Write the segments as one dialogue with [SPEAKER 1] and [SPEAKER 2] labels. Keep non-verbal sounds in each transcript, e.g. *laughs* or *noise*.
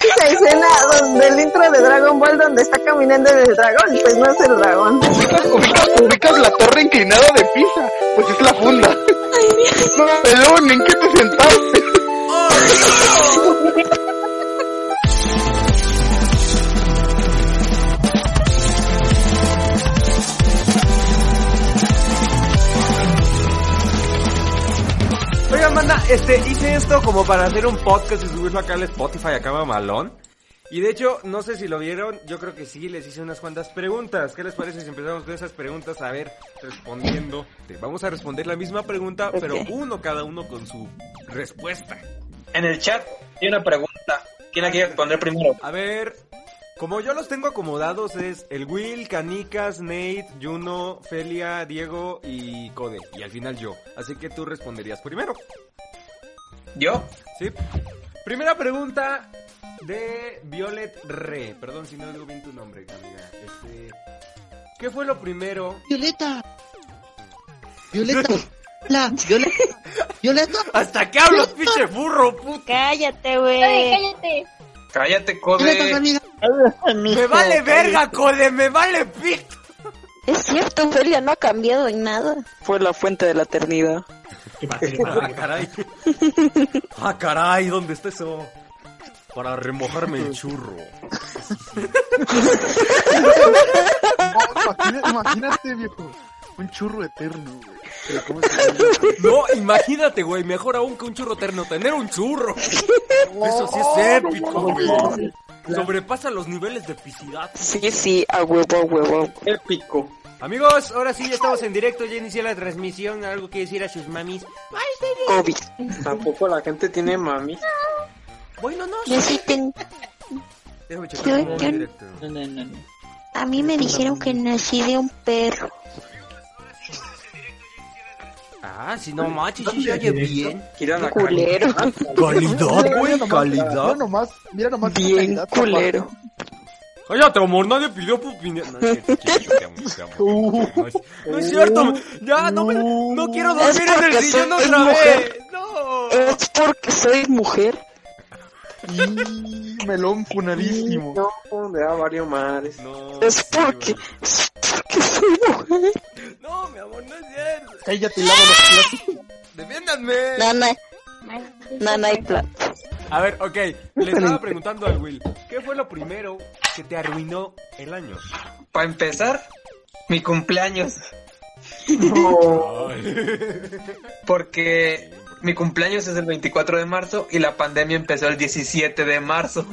[SPEAKER 1] esa escena donde, del intro de Dragon Ball donde está caminando el dragón, pues no es el dragón.
[SPEAKER 2] ubicas, ubicas, ubicas la torre inclinada de Pisa, pues es la funda. *laughs* No, pelón, ¿en qué te sentaste?
[SPEAKER 3] Oigan, manda, este, hice esto como para hacer un podcast y subirlo acá al Spotify, acá mamalón. Y de hecho, no sé si lo vieron, yo creo que sí, les hice unas cuantas preguntas. ¿Qué les parece si empezamos con esas preguntas? A ver, respondiendo. Te Vamos a responder la misma pregunta, pero
[SPEAKER 1] Ok.
[SPEAKER 3] uno cada uno con su respuesta.
[SPEAKER 4] En el chat hay una pregunta. ¿Quién la quiere responder primero?
[SPEAKER 3] A ver, como yo los tengo acomodados es el Will, Canicas, Nate, Juno, Felia, Diego y Code. Y al final yo. Así que tú responderías primero.
[SPEAKER 4] ¿Yo?
[SPEAKER 3] Sí. Primera pregunta de Violet Re. Perdón si no digo bien tu nombre, amiga. Este, ¿Qué fue lo primero?
[SPEAKER 5] Violeta. Violeta. La, Violeta. Violeta.
[SPEAKER 3] ¡Hasta que hablas, *laughs* pinche burro, puta!
[SPEAKER 6] Cállate,
[SPEAKER 7] Ay,
[SPEAKER 6] güey.
[SPEAKER 7] cállate.
[SPEAKER 4] Cállate,
[SPEAKER 5] Violeta,
[SPEAKER 4] Code.
[SPEAKER 5] amiga.
[SPEAKER 3] ¡Me vale verga, Code! ¡Me vale pito!
[SPEAKER 1] Es cierto, Felia no ha cambiado en nada.
[SPEAKER 8] Fue la fuente de la eternidad.
[SPEAKER 3] *laughs* ¡Ah, *laughs* caray! ¡Ah, caray! ¿Dónde está eso? Para remojarme el churro.
[SPEAKER 2] Imagina- Imagínate, viejo. Un churro eterno, güey. Pero ¿cómo se llama?
[SPEAKER 3] *laughs* No, imagínate, güey. Mejor aún que un churro terno, tener un churro. Eso sí es épico, güey. Sobrepasa los niveles de epicidad.
[SPEAKER 8] Sí, sí, a huevo, a huevo.
[SPEAKER 4] Épico.
[SPEAKER 3] Amigos, ahora sí, ya estamos en directo, ya inicié la transmisión, algo que decir a sus mamis.
[SPEAKER 8] COVID.
[SPEAKER 4] Tampoco la gente tiene mami.
[SPEAKER 3] Bueno, no,
[SPEAKER 6] Yo sí tengo.
[SPEAKER 3] déjame
[SPEAKER 6] Yo-
[SPEAKER 3] checar cómo va
[SPEAKER 6] yo-
[SPEAKER 3] en directo.
[SPEAKER 8] No, no, no, no.
[SPEAKER 6] A mí me dijeron que nací de un perro.
[SPEAKER 3] Ah, si no manches, sí se oye bien.
[SPEAKER 4] Giran la
[SPEAKER 3] *laughs*
[SPEAKER 8] Culero.
[SPEAKER 3] Calidad, Ah, güey,
[SPEAKER 2] Mira
[SPEAKER 3] calidad.
[SPEAKER 2] nomás, mira nomás. qué
[SPEAKER 8] Bien
[SPEAKER 2] calidad, papá.
[SPEAKER 8] culero.
[SPEAKER 3] Cállate, amor, nadie pidió pupiña. No es cierto, chiquito, te amo, te amo,
[SPEAKER 8] Uh.
[SPEAKER 3] te amo. No es- No es cierto, ya, no me, no quiero dormir en el
[SPEAKER 8] porque
[SPEAKER 3] sillón
[SPEAKER 8] soy
[SPEAKER 3] otra
[SPEAKER 8] mujer.
[SPEAKER 3] vez. No.
[SPEAKER 8] Es porque soy mujer.
[SPEAKER 2] Y melón funadísimo.
[SPEAKER 4] No, de a Mario Mares.
[SPEAKER 3] No,
[SPEAKER 8] Es
[SPEAKER 3] sí,
[SPEAKER 8] porque.
[SPEAKER 3] güey.
[SPEAKER 8] Es porque soy mujer.
[SPEAKER 3] No, mi amor, no es cierto.
[SPEAKER 2] Cállate, lava los platos.
[SPEAKER 3] Defiéndanme.
[SPEAKER 8] Nana,
[SPEAKER 7] Maldito.
[SPEAKER 8] nana y plata.
[SPEAKER 3] A ver, ok, le estaba preguntando al Will, ¿qué fue lo primero que te arruinó el año?
[SPEAKER 4] Para empezar, mi cumpleaños. Porque mi cumpleaños es el 24 de marzo y la pandemia empezó el 17 de marzo.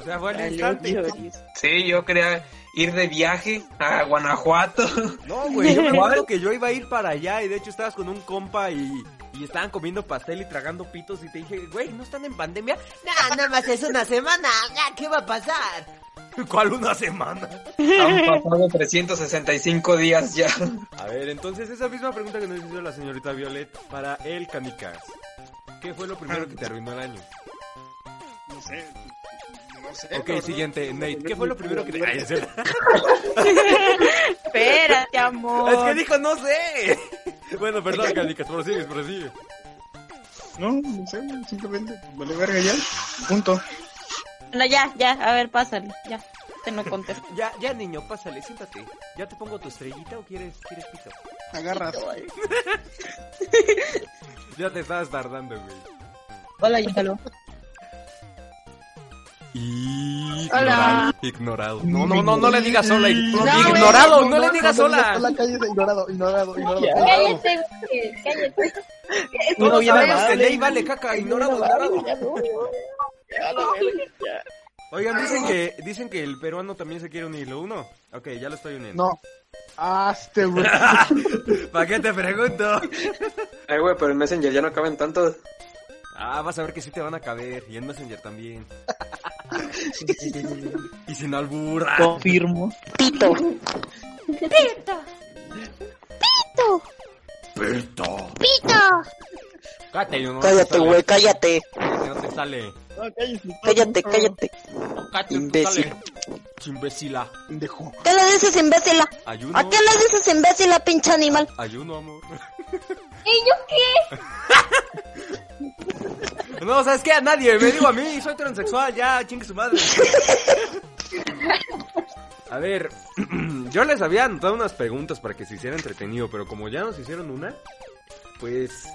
[SPEAKER 3] O sea, fue al instante.
[SPEAKER 4] Sí, yo quería ir de viaje a Guanajuato. *laughs*
[SPEAKER 3] No, güey, yo me acuerdo que yo iba a ir para allá y de hecho estabas con un compa y, y estaban comiendo pastel y tragando pitos y te dije, güey, ¿no están en pandemia? *laughs* No, nada más es una semana, ah, ¿qué va a pasar? ¿Cuál una semana?
[SPEAKER 4] Han pasado 365 días ya.
[SPEAKER 3] A ver, entonces esa misma pregunta que nos hizo la señorita Violet para el Kamikaze. ¿Qué fue lo primero que te arruinó el año?
[SPEAKER 9] No sé. No sé. la
[SPEAKER 3] Ok,
[SPEAKER 9] verdad.
[SPEAKER 3] siguiente, Nate. ¿Qué fue lo primero que te... Ay, es el-
[SPEAKER 6] Espérate,
[SPEAKER 3] *laughs* Es que
[SPEAKER 6] amor.
[SPEAKER 3] dijo, no sé. *laughs* Bueno, perdón, Canicas, prosigue, prosigue.
[SPEAKER 9] No, no sé, simplemente vale verga ya. Punto.
[SPEAKER 6] No, ya, ya. A ver, pásale. Ya. Te no contesto.
[SPEAKER 3] Ya, ya, niño, pásale, siéntate. ¿Ya te pongo tu estrellita o quieres, quieres pizza?
[SPEAKER 9] Agarras.
[SPEAKER 3] Ya te estabas tardando, güey.
[SPEAKER 5] Hola, Ítalo.
[SPEAKER 3] Ignorado. Ignorado. No, no, no, no le digas sola. ignorado,
[SPEAKER 2] Ignorado,
[SPEAKER 3] no, le digas sola.
[SPEAKER 2] La calle de ignorado, ignorado, ignorado. ignorado.
[SPEAKER 7] Cállate, güey, cállate.
[SPEAKER 3] Todos sabemos que Ney vale caca. Ignorado, ignorado. Oigan, dicen que, dicen que el peruano también se quiere unir. ¿Lo uno? Ok, ya lo estoy uniendo.
[SPEAKER 2] No. Ah, este
[SPEAKER 10] *laughs*
[SPEAKER 2] güey.
[SPEAKER 3] ¿Para qué te pregunto? *laughs*
[SPEAKER 4] Ay, güey, pero en Messenger ya no caben tantos.
[SPEAKER 3] Ah, vas a ver que sí te van a caber. Y en Messenger *laughs* también. y sin alburra.
[SPEAKER 11] Confirmo.
[SPEAKER 8] Pito.
[SPEAKER 7] Pito.
[SPEAKER 3] Pito.
[SPEAKER 7] Pito.
[SPEAKER 3] Cállate, no, no te
[SPEAKER 8] Cállate,
[SPEAKER 3] sale,
[SPEAKER 8] güey, cállate.
[SPEAKER 3] No te sale.
[SPEAKER 2] No, cállese.
[SPEAKER 8] Cállate, cállate.
[SPEAKER 3] Cállate, no te
[SPEAKER 8] Imbécil.
[SPEAKER 3] sale. Imbécila.
[SPEAKER 2] Pendejo.
[SPEAKER 1] ¿Qué le dices imbécila?
[SPEAKER 3] Ayuno.
[SPEAKER 1] ¿A qué le dices imbécila, pinche animal?
[SPEAKER 3] Ayuno, amor.
[SPEAKER 7] ¿Y yo qué?
[SPEAKER 3] No, ¿sabes qué? A nadie. Me digo a mí. Soy transexual. Ya, chingue su madre. A ver, *clears throat* yo les había anotado unas preguntas para que se hiciera entretenido, pero como ya nos hicieron una, pues.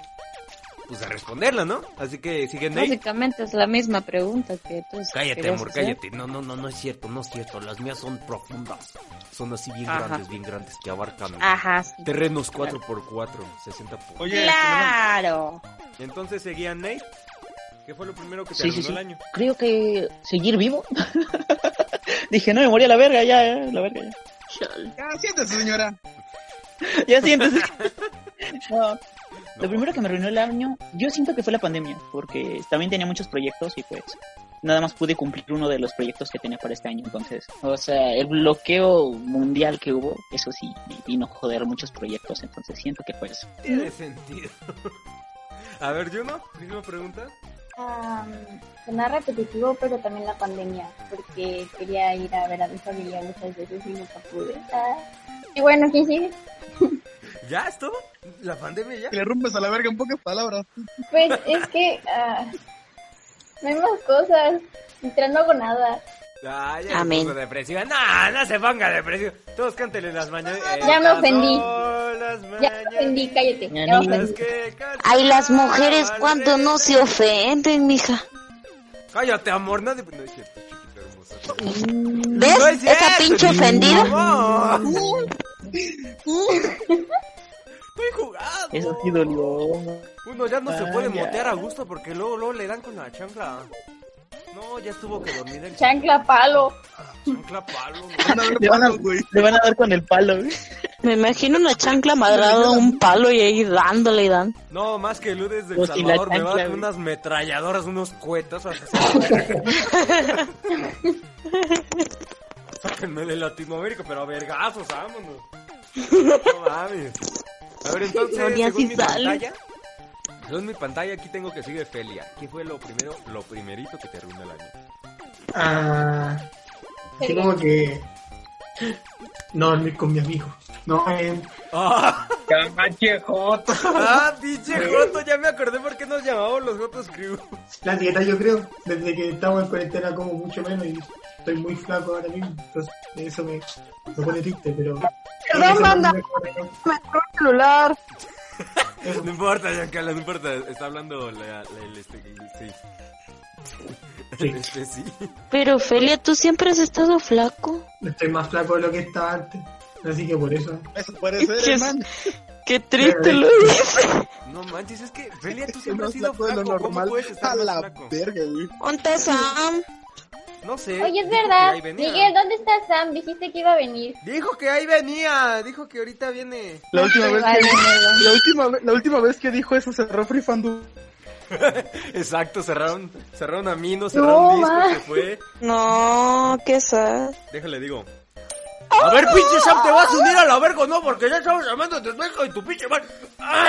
[SPEAKER 3] Pues a responderla, ¿no? Así que siguen ahí.
[SPEAKER 1] Básicamente es la misma pregunta que tú.
[SPEAKER 3] Cállate,
[SPEAKER 1] querías
[SPEAKER 3] amor,
[SPEAKER 1] hacer.
[SPEAKER 3] cállate. No, no, no, no es cierto, no es cierto. Las mías son profundas. Son así bien
[SPEAKER 1] Ajá. Ah.
[SPEAKER 3] grandes, bien grandes, que abarcan
[SPEAKER 1] Ajá, sí.
[SPEAKER 3] terrenos 4x4, 60 por...
[SPEAKER 2] Oye,
[SPEAKER 1] Claro.
[SPEAKER 3] Entonces seguía Nate. ¿Qué fue lo primero que te
[SPEAKER 11] Sí, sí,
[SPEAKER 3] arruinó
[SPEAKER 11] sí.
[SPEAKER 3] el año?
[SPEAKER 11] Creo que seguir vivo. *laughs* Dije, no, me morí a la verga, ya, ya, la verga, ya.
[SPEAKER 2] Ya, siéntese, señora.
[SPEAKER 11] Ya
[SPEAKER 5] *laughs*
[SPEAKER 11] siéntese. no,
[SPEAKER 3] No.
[SPEAKER 11] Lo primero que me arruinó el año, yo siento que fue la pandemia, porque también tenía muchos proyectos y pues nada más pude cumplir uno de los proyectos que tenía para este año, entonces, o sea, el bloqueo mundial que hubo, eso sí, vino a joder muchos proyectos, entonces siento que pues, fue eso.
[SPEAKER 3] Tiene sentido. *laughs* A ver, Juno, misma pregunta.
[SPEAKER 7] Am, Suena repetitivo, pero también la pandemia, porque quería ir a ver a mi familia muchas veces y nunca pude. Ah, Y bueno, ¿quién sigue?
[SPEAKER 3] ¿Ya es todo? ¿La pandemia ya?
[SPEAKER 2] Que le rompes a la verga en pocas
[SPEAKER 10] *laughs*
[SPEAKER 2] palabras.
[SPEAKER 1] *laughs*
[SPEAKER 7] Pues es que ah, no hay más cosas. Literal no hago nada.
[SPEAKER 3] Ah, ya
[SPEAKER 8] Amén.
[SPEAKER 3] Amén. depresiva. No, no se ponga depresiva. Todos cántele las mañanas.
[SPEAKER 7] Ya me ofendí.
[SPEAKER 3] Las
[SPEAKER 7] Ya me ofendí, cállate. Ya me
[SPEAKER 3] mañanitas
[SPEAKER 7] ofendí.
[SPEAKER 3] que cantaban
[SPEAKER 8] Ay, las mujeres
[SPEAKER 3] al
[SPEAKER 8] cuando no se ofenden, mija.
[SPEAKER 3] Cállate, amor, nadie. No es cierto, chiquita hermosa.
[SPEAKER 8] ¿Ves?
[SPEAKER 3] No es cierto,
[SPEAKER 8] Esa pinche
[SPEAKER 3] ni-
[SPEAKER 8] ofendida.
[SPEAKER 3] No. Estoy jugando.
[SPEAKER 11] Eso sí dolió.
[SPEAKER 3] Uno ya no se
[SPEAKER 11] Ah,
[SPEAKER 3] puede
[SPEAKER 11] ya.
[SPEAKER 3] motear a gusto porque luego, luego le dan con la chancla. No, ya estuvo que dormir en
[SPEAKER 7] Chancla, palo.
[SPEAKER 3] chancla palo. ¿no?
[SPEAKER 2] Van a ver palos, güey.
[SPEAKER 11] Le van a dar con el palo, güey.
[SPEAKER 8] Me imagino una chancla madrada a un palo y ahí dándole y dando.
[SPEAKER 3] No, más que Ludes de El
[SPEAKER 11] Pues si la
[SPEAKER 3] Salvador me va a
[SPEAKER 11] chancla,
[SPEAKER 3] dar
[SPEAKER 11] güey.
[SPEAKER 3] unas metralladoras, unos cuetas.
[SPEAKER 11] *laughs*
[SPEAKER 3] hasta- Sáquenme de Latinoamérica, pero a vergazos,
[SPEAKER 11] *laughs*
[SPEAKER 3] vámonos. No mames. A ver, entonces,
[SPEAKER 8] No, ni
[SPEAKER 3] según
[SPEAKER 8] así
[SPEAKER 3] mi
[SPEAKER 8] sale.
[SPEAKER 3] pantalla, según mi pantalla, aquí tengo que sigue Felia. ¿Qué fue lo primero, lo primerito que te arruinó el año?
[SPEAKER 10] Ah, así como que no dormir con mi amigo. No, eh,
[SPEAKER 3] ¡Ah!
[SPEAKER 4] Camache Joto.
[SPEAKER 3] ¡Ah, pinche Joto! Ya me acordé por qué nos llamamos los Jotos Crew.
[SPEAKER 10] la dieta yo creo, desde que estamos en cuarentena como mucho menos y estoy muy flaco ahora mismo, entonces eso me, me pone triste, pero...
[SPEAKER 12] Perdón, banda. Me entró el celular.
[SPEAKER 3] No importa, Giancarlo, no importa. Está hablando la, la- el este, el- sí.
[SPEAKER 10] Sí.
[SPEAKER 3] Este sí.
[SPEAKER 8] Pero, Felia, tú siempre has estado flaco.
[SPEAKER 10] Estoy más flaco de lo que estaba antes, así que por eso...
[SPEAKER 2] Eso puede ser, hermano.
[SPEAKER 8] Qué triste lo dice.
[SPEAKER 3] No manches, es que Felia, tú
[SPEAKER 2] Que no
[SPEAKER 3] siempre
[SPEAKER 2] es
[SPEAKER 3] has sido
[SPEAKER 2] flaco de
[SPEAKER 3] flaco.
[SPEAKER 2] lo
[SPEAKER 3] ¿Cómo
[SPEAKER 2] normal.
[SPEAKER 3] puedes estar
[SPEAKER 2] A
[SPEAKER 3] más
[SPEAKER 2] la
[SPEAKER 3] flaco?
[SPEAKER 2] verga, güey.
[SPEAKER 8] ¿Dónde Sam?
[SPEAKER 3] No sé.
[SPEAKER 7] Oye,
[SPEAKER 3] dijo
[SPEAKER 7] es
[SPEAKER 3] que
[SPEAKER 7] verdad.
[SPEAKER 3] ahí venía.
[SPEAKER 7] Miguel, ¿dónde está Sam? Dijiste que iba a venir.
[SPEAKER 3] Dijo que ahí venía. Dijo que ahorita viene.
[SPEAKER 2] La última vez
[SPEAKER 7] Vale,
[SPEAKER 2] que...
[SPEAKER 7] Miguel.
[SPEAKER 2] La última, ve- la última vez que dijo eso cerró Free Fandom.
[SPEAKER 3] Exacto, cerraron, cerraron a Mino, cerraron
[SPEAKER 7] No,
[SPEAKER 3] disco,
[SPEAKER 7] ma.
[SPEAKER 3] se fue.
[SPEAKER 8] No, qué sad.
[SPEAKER 3] Déjale, digo.
[SPEAKER 7] Oh,
[SPEAKER 3] A ver, pinche Sam, te vas a unir a la verga, no, porque ya estamos llamando a tu espejo y tu pinche madre. ¡Ah!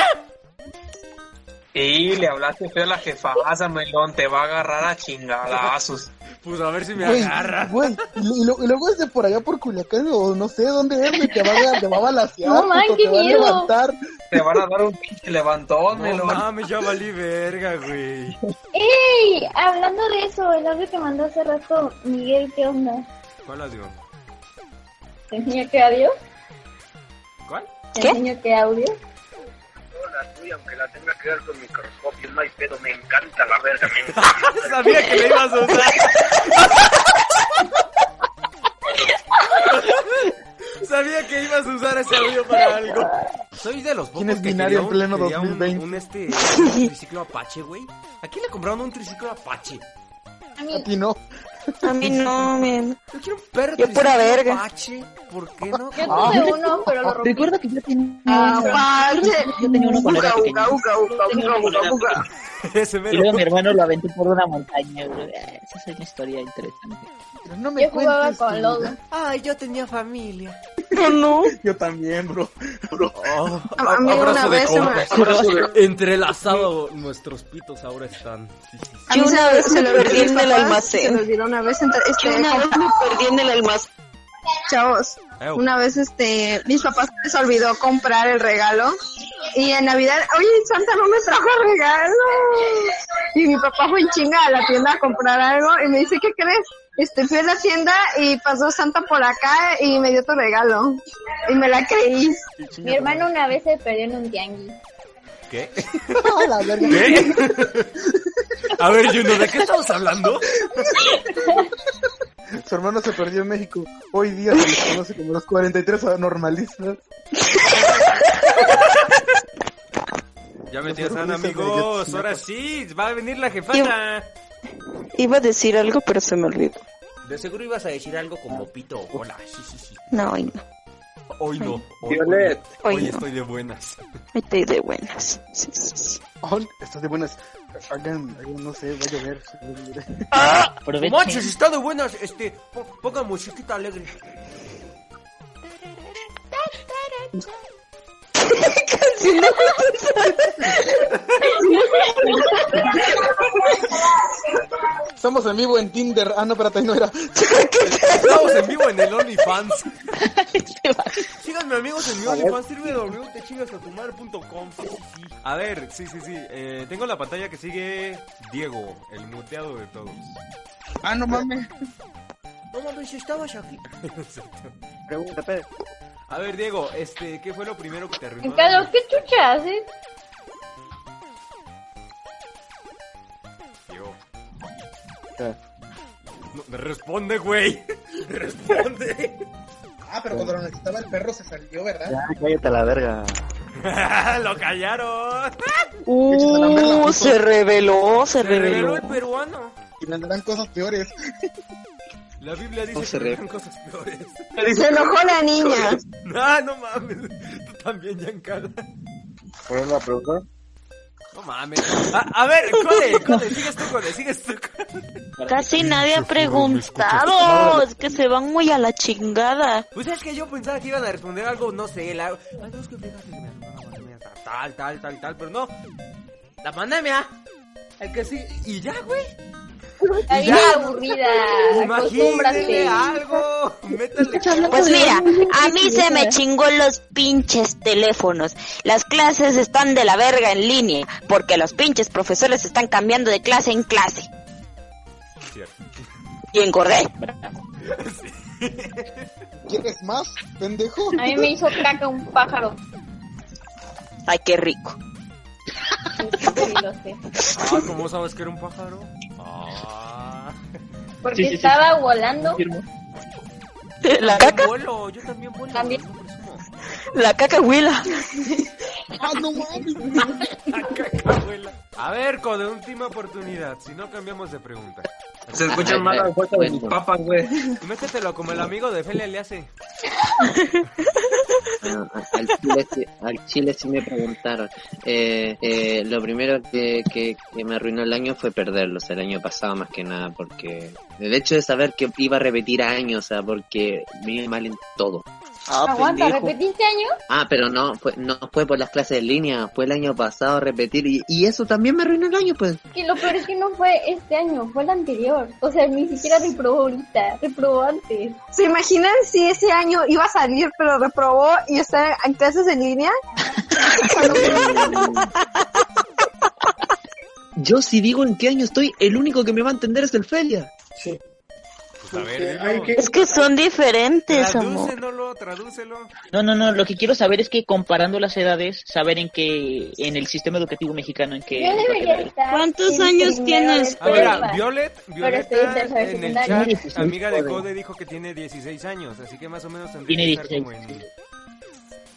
[SPEAKER 4] Y le hablaste feo a la jefaza, Melón. Te va a agarrar a chingadazos.
[SPEAKER 3] Pues a ver si me
[SPEAKER 2] Güey,
[SPEAKER 3] agarra.
[SPEAKER 2] Güey, y, lo- y luego es de por allá por Culiacán o no sé dónde es, güey, te va a, te va a balacear,
[SPEAKER 7] No, man,
[SPEAKER 2] puto,
[SPEAKER 7] qué
[SPEAKER 2] te va a
[SPEAKER 7] miedo.
[SPEAKER 2] levantar.
[SPEAKER 4] Te van a dar un pinche levantón,
[SPEAKER 3] No
[SPEAKER 4] Melón.
[SPEAKER 3] mames, ya valí verga, güey.
[SPEAKER 7] ¡Ey! Hablando de eso, el audio que mandó hace rato, Miguel, ¿qué onda?
[SPEAKER 3] ¿Cuál audio?
[SPEAKER 7] ¿Te enseño qué audio?
[SPEAKER 3] ¿Cuál?
[SPEAKER 7] ¿Te
[SPEAKER 8] ¿Qué?
[SPEAKER 7] enseño qué audio?
[SPEAKER 3] Sabía que le ibas a usar. Sabía que ibas a usar ese audio para algo. Soy de los
[SPEAKER 2] ¿Quién
[SPEAKER 3] pocos
[SPEAKER 2] es
[SPEAKER 3] que
[SPEAKER 2] binario
[SPEAKER 3] quería un,
[SPEAKER 2] en pleno
[SPEAKER 3] quería un-
[SPEAKER 2] 2020?
[SPEAKER 3] un, este un triciclo Apache, güey. ¿A quién le compraron un triciclo Apache?
[SPEAKER 7] A mí,
[SPEAKER 2] A ti no.
[SPEAKER 8] A mí no, men.
[SPEAKER 3] Yo quiero un perro.
[SPEAKER 8] Yo pura verga.
[SPEAKER 3] Apache, ¿por qué no?
[SPEAKER 7] Yo tuve uno, pero lo rompí.
[SPEAKER 5] Recuerdo que yo tenía,
[SPEAKER 1] Apache.
[SPEAKER 5] yo tenía uno cuando era
[SPEAKER 1] Uga,
[SPEAKER 5] pequeño.
[SPEAKER 1] uga, uga, uga, uga, uga, uga.
[SPEAKER 3] *laughs* Ese
[SPEAKER 5] Y
[SPEAKER 3] mero.
[SPEAKER 5] luego mi hermano lo aventó por una montaña, güey. Eh, Esa es una historia interesante.
[SPEAKER 3] No
[SPEAKER 7] Yo jugaba con lodo.
[SPEAKER 3] Ay, yo tenía familia.
[SPEAKER 8] No, no.
[SPEAKER 9] Yo también, bro.
[SPEAKER 3] Oh,
[SPEAKER 1] A mí una
[SPEAKER 3] abrazo de
[SPEAKER 1] vez se
[SPEAKER 3] compa.
[SPEAKER 1] me-
[SPEAKER 3] Abrazo de... Entrelazado nuestros pitos ahora están. Sí, sí, sí.
[SPEAKER 1] a mí
[SPEAKER 8] Yo
[SPEAKER 1] se
[SPEAKER 8] una
[SPEAKER 1] me-
[SPEAKER 8] vez
[SPEAKER 1] se
[SPEAKER 8] me
[SPEAKER 1] lo
[SPEAKER 8] perdí
[SPEAKER 1] olvidó
[SPEAKER 8] en
[SPEAKER 1] mis
[SPEAKER 8] el
[SPEAKER 1] papás,
[SPEAKER 8] almacén.
[SPEAKER 1] Se lo olvidó una vez. Entonces,
[SPEAKER 8] Yo
[SPEAKER 1] este,
[SPEAKER 8] una vez me perdí en el almacén.
[SPEAKER 1] chavos,
[SPEAKER 3] Ew.
[SPEAKER 1] una vez este, mis papás les olvidó comprar el regalo y en Navidad, oye, Santa no me trajo regalo. Y mi papá fue en chinga a la tienda a comprar algo y me dice, ¿qué crees? Este, fui a la tienda y pasó Santa por acá y me dio tu regalo. Y me la creí.
[SPEAKER 7] Mi hermano una vez se perdió en un tianguis.
[SPEAKER 3] ¿Qué? ¿Qué? A ver, Juno, ¿de qué estamos hablando?
[SPEAKER 9] Su hermano se perdió en México. Hoy día se les conoce como los 43 anormalistas.
[SPEAKER 3] Ya me
[SPEAKER 9] Los
[SPEAKER 3] tienes
[SPEAKER 9] orgullos de
[SPEAKER 3] amigos.
[SPEAKER 9] Ayotzinapa.
[SPEAKER 3] Ahora sí, va a venir la jefana.
[SPEAKER 8] Iba a decir algo, pero se me olvidó.
[SPEAKER 3] De seguro ibas a decir algo como pito o cola. Sí, sí, sí.
[SPEAKER 8] No, ay, no.
[SPEAKER 3] Hoy no. Hoy,
[SPEAKER 2] Violet.
[SPEAKER 3] hoy
[SPEAKER 8] Hoy no.
[SPEAKER 3] estoy de buenas.
[SPEAKER 8] Vete de buenas. Sí, sí, sí.
[SPEAKER 9] Oh, estás de buenas. Hagan, hagan, no sé, va a llover.
[SPEAKER 5] Aprovechen.
[SPEAKER 3] Machos, está de buenas. Este, po- ponga musiquita alegre.
[SPEAKER 9] Estamos en vivo en Tinder. Ah, no, espérate, ahí no era.
[SPEAKER 3] Estamos en vivo en el OnlyFans. Síganme amigos en mi OnlyFans, www.techingasatumar.com. Sí, sí, sí. A ver, sí, sí, sí. Eh, tengo la pantalla que sigue Diego, el muteado de todos.
[SPEAKER 9] Ah, no mames.
[SPEAKER 3] No mames, estabas aquí.
[SPEAKER 9] Pregúntate.
[SPEAKER 3] A ver, Diego, este, ¿qué fue lo primero que te arruinó? la
[SPEAKER 7] Carlos, ¿qué chucha haces?
[SPEAKER 3] Diego.
[SPEAKER 9] ¿Qué?
[SPEAKER 3] No, me responde, güey. *laughs* Responde. *laughs*
[SPEAKER 9] Ah, pero cuando lo necesitaba el perro se salió, ¿verdad?
[SPEAKER 11] Ya, cállate a la verga.
[SPEAKER 3] lo callaron.
[SPEAKER 8] Uh, se reveló, se
[SPEAKER 3] Se reveló
[SPEAKER 8] reveló.
[SPEAKER 3] el peruano.
[SPEAKER 9] Y vendrán cosas peores.
[SPEAKER 3] La Biblia dice
[SPEAKER 9] No se
[SPEAKER 3] que
[SPEAKER 9] re-
[SPEAKER 3] eran cosas peores.
[SPEAKER 1] Se enojó la niña.
[SPEAKER 3] No, no mames. Tú también, Giancarlo.
[SPEAKER 11] ¿Cuál es la pregunta?
[SPEAKER 3] No mames. A, a ver, Cole, Cole, sigues tú, Cole, sigues tú. Cole.
[SPEAKER 8] Casi nadie ha preguntado. Es que se van muy a la chingada.
[SPEAKER 3] Pues es que yo pensaba que iban a responder algo, no sé, la... Ay, no, es que fíjate que mi hermano pandemia, tal, tal, tal, tal, tal, pero no. La pandemia. El que sí. Y ya, güey.
[SPEAKER 7] La vida aburrida.
[SPEAKER 3] Imagínenle
[SPEAKER 7] Acostúmbrate.
[SPEAKER 8] ah.
[SPEAKER 3] algo. Métale.
[SPEAKER 8] Pues mira, a mí se me chingó los pinches teléfonos. Las clases están de la verga en línea, porque los pinches profesores están cambiando de clase en clase. Y engordé.
[SPEAKER 9] ¿Quieres más, pendejo?
[SPEAKER 7] A mí me hizo caca un pájaro.
[SPEAKER 8] Ay, qué rico.
[SPEAKER 7] Sí, lo sé.
[SPEAKER 3] Ah, ¿cómo sabes que era un pájaro? Ah.
[SPEAKER 7] Porque
[SPEAKER 5] Sí, sí, sí.
[SPEAKER 7] estaba volando.
[SPEAKER 5] Confirmo.
[SPEAKER 8] La
[SPEAKER 3] Yo
[SPEAKER 8] caca,
[SPEAKER 3] vuelo, yo también vuelo.
[SPEAKER 7] También.
[SPEAKER 3] no presumo.
[SPEAKER 8] la caca huila.
[SPEAKER 9] Ah, no mames.
[SPEAKER 3] A ver, con última oportunidad, si no cambiamos de pregunta.
[SPEAKER 4] Se escuchan mal las puertas de mis papas, güey.
[SPEAKER 3] Métetelo como el amigo de Felia le hace.
[SPEAKER 11] Ah, al, chile, sí- al chile sí me preguntaron. Eh, eh, lo primero que, que, que me arruinó el año fue perderlos, el año pasado más que nada, porque el hecho de saber que iba a repetir años, o sea, porque me iba mal en todo.
[SPEAKER 8] Ah,
[SPEAKER 7] Aguanta, ¿repetiste este año?
[SPEAKER 11] Ah, pero no fue, no fue por las clases en línea, fue el año pasado repetir y, y eso también me arruinó el año, pues.
[SPEAKER 7] Que lo peor es que no fue este año, fue el anterior. O sea, ni siquiera reprobó ahorita, reprobó antes.
[SPEAKER 1] ¿Se imaginan si ese año iba a salir pero reprobó y está en clases en línea?
[SPEAKER 11] Yo si digo en qué año estoy, el único que me va a entender es el Felia.
[SPEAKER 13] Sí.
[SPEAKER 3] Pues a ver,
[SPEAKER 13] Hay
[SPEAKER 3] no.
[SPEAKER 13] que-
[SPEAKER 8] Es que son diferentes, amor.
[SPEAKER 3] tradúcenlo, tradúcelo.
[SPEAKER 5] No, no, no. Lo que quiero saber es que comparando las edades, saber en qué, en el sistema educativo mexicano, en qué.
[SPEAKER 7] Yo debería estar.
[SPEAKER 8] ¿Cuántos
[SPEAKER 7] en
[SPEAKER 8] años
[SPEAKER 7] primero
[SPEAKER 8] tienes?
[SPEAKER 7] de
[SPEAKER 3] A ver, a
[SPEAKER 7] prepa.
[SPEAKER 3] Violet,
[SPEAKER 7] estoy en
[SPEAKER 3] Violeta
[SPEAKER 7] tercero de
[SPEAKER 3] en el
[SPEAKER 7] secundaria.
[SPEAKER 3] chat, amiga de Code, dijo que tiene 16 años, así que más o menos tendría
[SPEAKER 5] Tiene
[SPEAKER 3] que estar como en...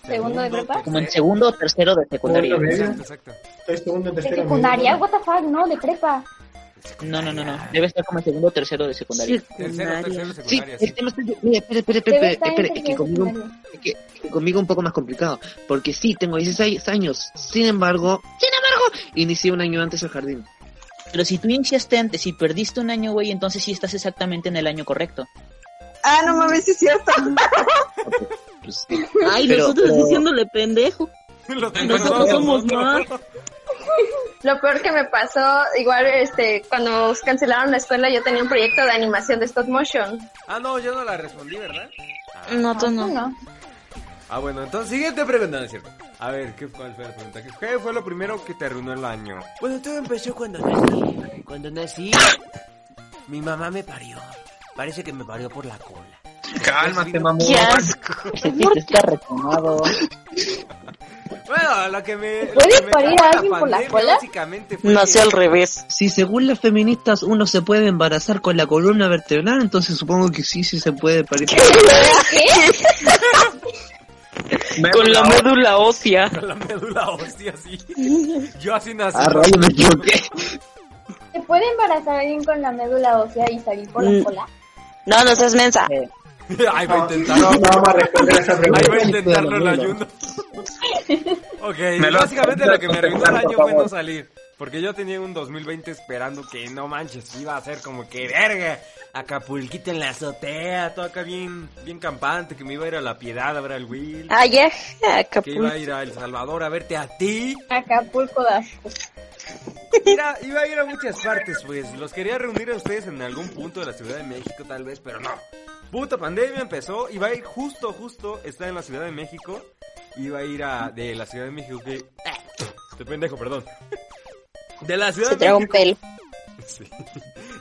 [SPEAKER 7] ¿Segundo de prepa?
[SPEAKER 5] Como en
[SPEAKER 3] tercero.
[SPEAKER 5] segundo o tercero de secundaria.
[SPEAKER 13] Otra vez.
[SPEAKER 3] Exacto, exacto.
[SPEAKER 13] Estoy segundo,
[SPEAKER 7] De
[SPEAKER 13] tercero.
[SPEAKER 7] secundaria,
[SPEAKER 13] medio.
[SPEAKER 7] what the fuck, no, de prepa.
[SPEAKER 5] No, no, no, no. Debe estar como en segundo o tercero de secundaria.
[SPEAKER 3] Tercero, tercero,
[SPEAKER 11] Sí,
[SPEAKER 3] secundaria,
[SPEAKER 11] el
[SPEAKER 3] sí.
[SPEAKER 11] tema es que- *laughs* mira, espera, espera, espera,
[SPEAKER 3] Debe
[SPEAKER 11] espera,
[SPEAKER 3] estar en
[SPEAKER 11] espera, es que
[SPEAKER 3] tercero de
[SPEAKER 11] conmigo,
[SPEAKER 7] *laughs*
[SPEAKER 11] es que- es que conmigo un poco más complicado, porque sí, tengo 16 años, sin embargo, sin embargo, inicié un año antes el jardín.
[SPEAKER 5] Pero si tú iniciaste antes y perdiste un año, güey, entonces sí estás exactamente en el año correcto.
[SPEAKER 1] Ah, no mames, sí es cierto.
[SPEAKER 6] Ay,
[SPEAKER 5] Pero-
[SPEAKER 6] nosotros
[SPEAKER 5] pero-
[SPEAKER 6] diciéndole pendejo. Nosotros somos más.
[SPEAKER 1] Lo peor que me pasó, igual, este, cuando cancelaron la escuela, yo tenía un proyecto de animación de stop motion.
[SPEAKER 3] *laughs* Ah, no, yo no la respondí, ¿verdad?
[SPEAKER 1] No, tú no.
[SPEAKER 3] Ah, bueno, entonces siguiente pregunta, ¿no es cierto? A ver, ¿qué, ¿cuál fue la pregunta? ¿Qué- ¿Qué fue lo primero que te arruinó el año?
[SPEAKER 14] Bueno, todo empezó cuando nací. Cuando nací, mi mamá me parió. Parece que me parió por la cola.
[SPEAKER 4] Cálmate, mamón.
[SPEAKER 14] Qué asco.
[SPEAKER 8] *laughs*
[SPEAKER 5] Está retomado.
[SPEAKER 3] Bueno, lo que me... lo
[SPEAKER 7] ¿Puedes
[SPEAKER 3] que me
[SPEAKER 7] parir
[SPEAKER 3] cagó
[SPEAKER 7] a
[SPEAKER 3] la
[SPEAKER 7] alguien por la
[SPEAKER 3] pandemia,
[SPEAKER 7] cola?
[SPEAKER 3] Básicamente fue que-
[SPEAKER 11] revés. Si según las feministas uno se puede embarazar con la columna vertebral, entonces supongo que sí, sí se puede parecer.
[SPEAKER 3] Con la
[SPEAKER 11] médula ósea.
[SPEAKER 3] Con *laughs* la médula hostia, sí. Yo así nací.
[SPEAKER 11] Ah,
[SPEAKER 3] *laughs*
[SPEAKER 11] rayo, me equivoqué.
[SPEAKER 7] ¿Se puede embarazar a alguien con la médula ósea y salir por la
[SPEAKER 8] Mm.
[SPEAKER 7] cola?
[SPEAKER 8] No, no seas mensa.
[SPEAKER 3] Ahí va a intentarlo.
[SPEAKER 13] No, no vamos a responder esa pregunta.
[SPEAKER 3] Ahí va a intentarlo el ayuno. *laughs* ok,
[SPEAKER 4] Me lo-
[SPEAKER 3] básicamente lo que me arruinó el año
[SPEAKER 4] Por
[SPEAKER 3] fue
[SPEAKER 4] favor.
[SPEAKER 3] no salir. Porque yo tenía un 2020 esperando que no manches, iba a ser como que verga. Acapulquito en la azotea, todo acá bien, bien campante, que me iba a ir a la piedad a ver al Will.
[SPEAKER 8] Ayer,
[SPEAKER 3] Que
[SPEAKER 8] Acapulco.
[SPEAKER 3] iba a ir a El Salvador a verte a ti.
[SPEAKER 7] Acapulco de asco.
[SPEAKER 3] Mira, iba a ir a muchas partes, pues. Los quería reunir a ustedes en algún punto de la Ciudad de México, tal vez, pero no. Puta pandemia empezó. Iba a ir justo, justo. Está en la Ciudad de México. Iba a ir a. De la Ciudad de México, que. Este pendejo, perdón. De la Ciudad
[SPEAKER 8] Se
[SPEAKER 3] de
[SPEAKER 8] traga un
[SPEAKER 3] México.
[SPEAKER 8] pelo.
[SPEAKER 3] Sí.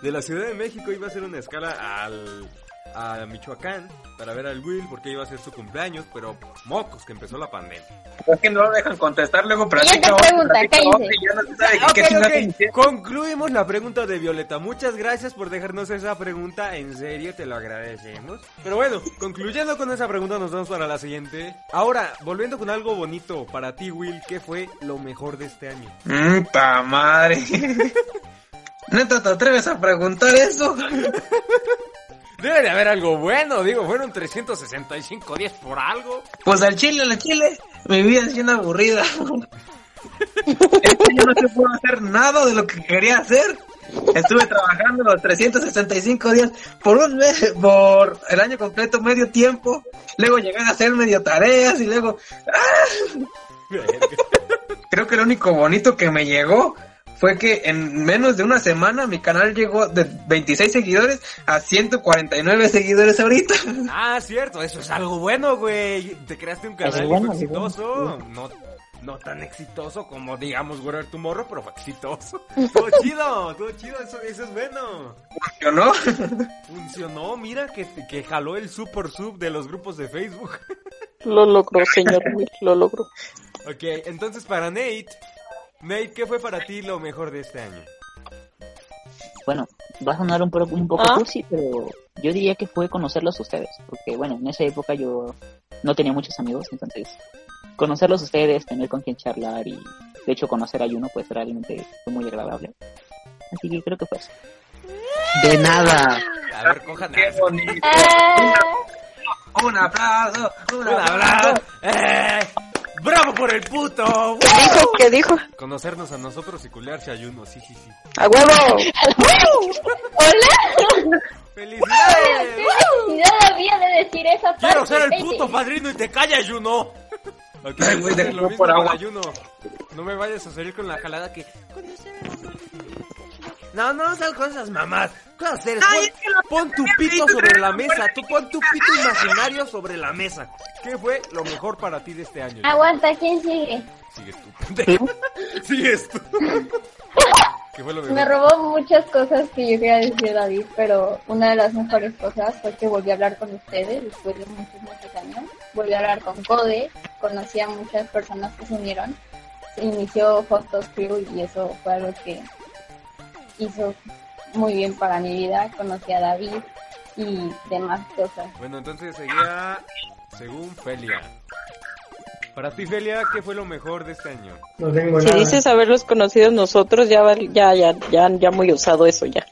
[SPEAKER 3] De la Ciudad de México iba a hacer una escala al. A Michoacán para ver al Will porque iba a ser su cumpleaños, pero mocos que empezó la pandemia.
[SPEAKER 4] Es que no lo dejan contestar, luego
[SPEAKER 3] Siguiente
[SPEAKER 4] platica otra,
[SPEAKER 3] pregunta,
[SPEAKER 4] platica
[SPEAKER 3] ¿qué
[SPEAKER 4] otra,
[SPEAKER 3] hice?
[SPEAKER 4] y ya no se sabe qué
[SPEAKER 3] Ah, Ok,
[SPEAKER 4] chingados
[SPEAKER 3] ok.
[SPEAKER 4] hicieron.
[SPEAKER 3] Concluimos la pregunta de Violeta. Muchas gracias por dejarnos esa pregunta. En serio, te lo agradecemos. Pero bueno, concluyendo con esa pregunta, nos vamos para la siguiente. Ahora, volviendo con algo bonito para ti, Will, ¿qué fue lo mejor de este año?
[SPEAKER 4] Mm,
[SPEAKER 3] *laughs*
[SPEAKER 4] ta madre. Neta, ¿te atreves a preguntar eso?
[SPEAKER 3] Debe de haber algo bueno, digo, fueron 365 días por algo.
[SPEAKER 4] Pues al chile, al chile, mi vida es bien aburrida. Este año no se pudo hacer nada de lo que quería hacer. Estuve trabajando los 365 días por un mes, por el año completo, medio tiempo. Luego llegué a hacer medio tareas y luego. ¡ah! Creo que lo único bonito que me llegó fue que en menos de una semana mi canal llegó de 26 seguidores a 149 seguidores ahorita.
[SPEAKER 3] Ah, cierto, eso es algo bueno, güey. Te creaste un
[SPEAKER 4] Eso
[SPEAKER 3] canal
[SPEAKER 4] es
[SPEAKER 3] y
[SPEAKER 4] bueno,
[SPEAKER 3] fue
[SPEAKER 4] sí, bueno,
[SPEAKER 3] exitoso. No, no tan exitoso como, digamos, Warrior Tomorrow, pero fue
[SPEAKER 4] *laughs*
[SPEAKER 3] exitoso. Todo chido, todo chido, eso, eso es bueno.
[SPEAKER 4] ¿Funcionó?
[SPEAKER 3] Funcionó, mira que, que jaló el sub por sub de los grupos de Facebook. *laughs*
[SPEAKER 6] Lo logró, señor Will, lo logró.
[SPEAKER 3] ok, entonces para Nate, Nate, ¿qué fue para ti lo mejor de este año?
[SPEAKER 5] Bueno, va a sonar un, pro- un poco
[SPEAKER 6] Ah.
[SPEAKER 5] cursi, pero yo diría que fue conocerlos a ustedes. Porque, bueno, en esa época yo no tenía muchos amigos, entonces conocerlos a ustedes, tener con quien charlar y, de hecho, conocer a uno pues realmente fue muy agradable. Así que creo que fue eso.
[SPEAKER 11] De nada.
[SPEAKER 3] A ver, cojan Qué
[SPEAKER 4] bonito.
[SPEAKER 7] Ah.
[SPEAKER 4] Un aplauso, un
[SPEAKER 3] aplauso. ¡Eh! ¡Bravo por el puto!
[SPEAKER 8] ¿Qué dijo? ¿Qué dijo?
[SPEAKER 3] Conocernos a nosotros y culearse a Juno, sí, sí, sí.
[SPEAKER 8] ¡A huevo!
[SPEAKER 7] ¡Hola!
[SPEAKER 3] ¡Felicidades!
[SPEAKER 7] ¡Qué necesidad había de decir esa parte!
[SPEAKER 3] Quiero ser el
[SPEAKER 7] Vete.
[SPEAKER 3] puto padrino y te callas, Juno. Ok,
[SPEAKER 4] Ay, güey,
[SPEAKER 3] entonces,
[SPEAKER 4] déjalo
[SPEAKER 3] lo mismo
[SPEAKER 4] por agua.
[SPEAKER 3] para Juno. No me vayas a salir con la jalada que. No, no sal con esas mamás. Conocer, pon, pon tu pito sobre la mesa. Tú pon tu pito imaginario sobre la mesa. ¿Qué fue lo mejor para ti de este año? Juno?
[SPEAKER 7] Aguanta, ¿quién sigue?
[SPEAKER 3] Sigues tú. pendeja. Sigues tú. *laughs* ¿Qué fue lo
[SPEAKER 7] Me
[SPEAKER 3] mejor?
[SPEAKER 7] robó muchas cosas que yo quería decir David, pero una de las mejores cosas fue que volví a hablar con ustedes después de muchos, muchos años. Volví a hablar con Code, conocí a muchas personas que se unieron. Se inició Fotos Crew y eso fue algo que hizo muy bien para mi vida. Conocí a David y demás cosas.
[SPEAKER 3] Bueno, entonces seguía. Según Felia. Para ti, Felia, ¿qué fue lo mejor de este año?
[SPEAKER 13] No tengo
[SPEAKER 15] Si
[SPEAKER 13] nada.
[SPEAKER 15] dices haberlos conocido nosotros, ya, val- ya, ya, ya, ya muy usado eso ya.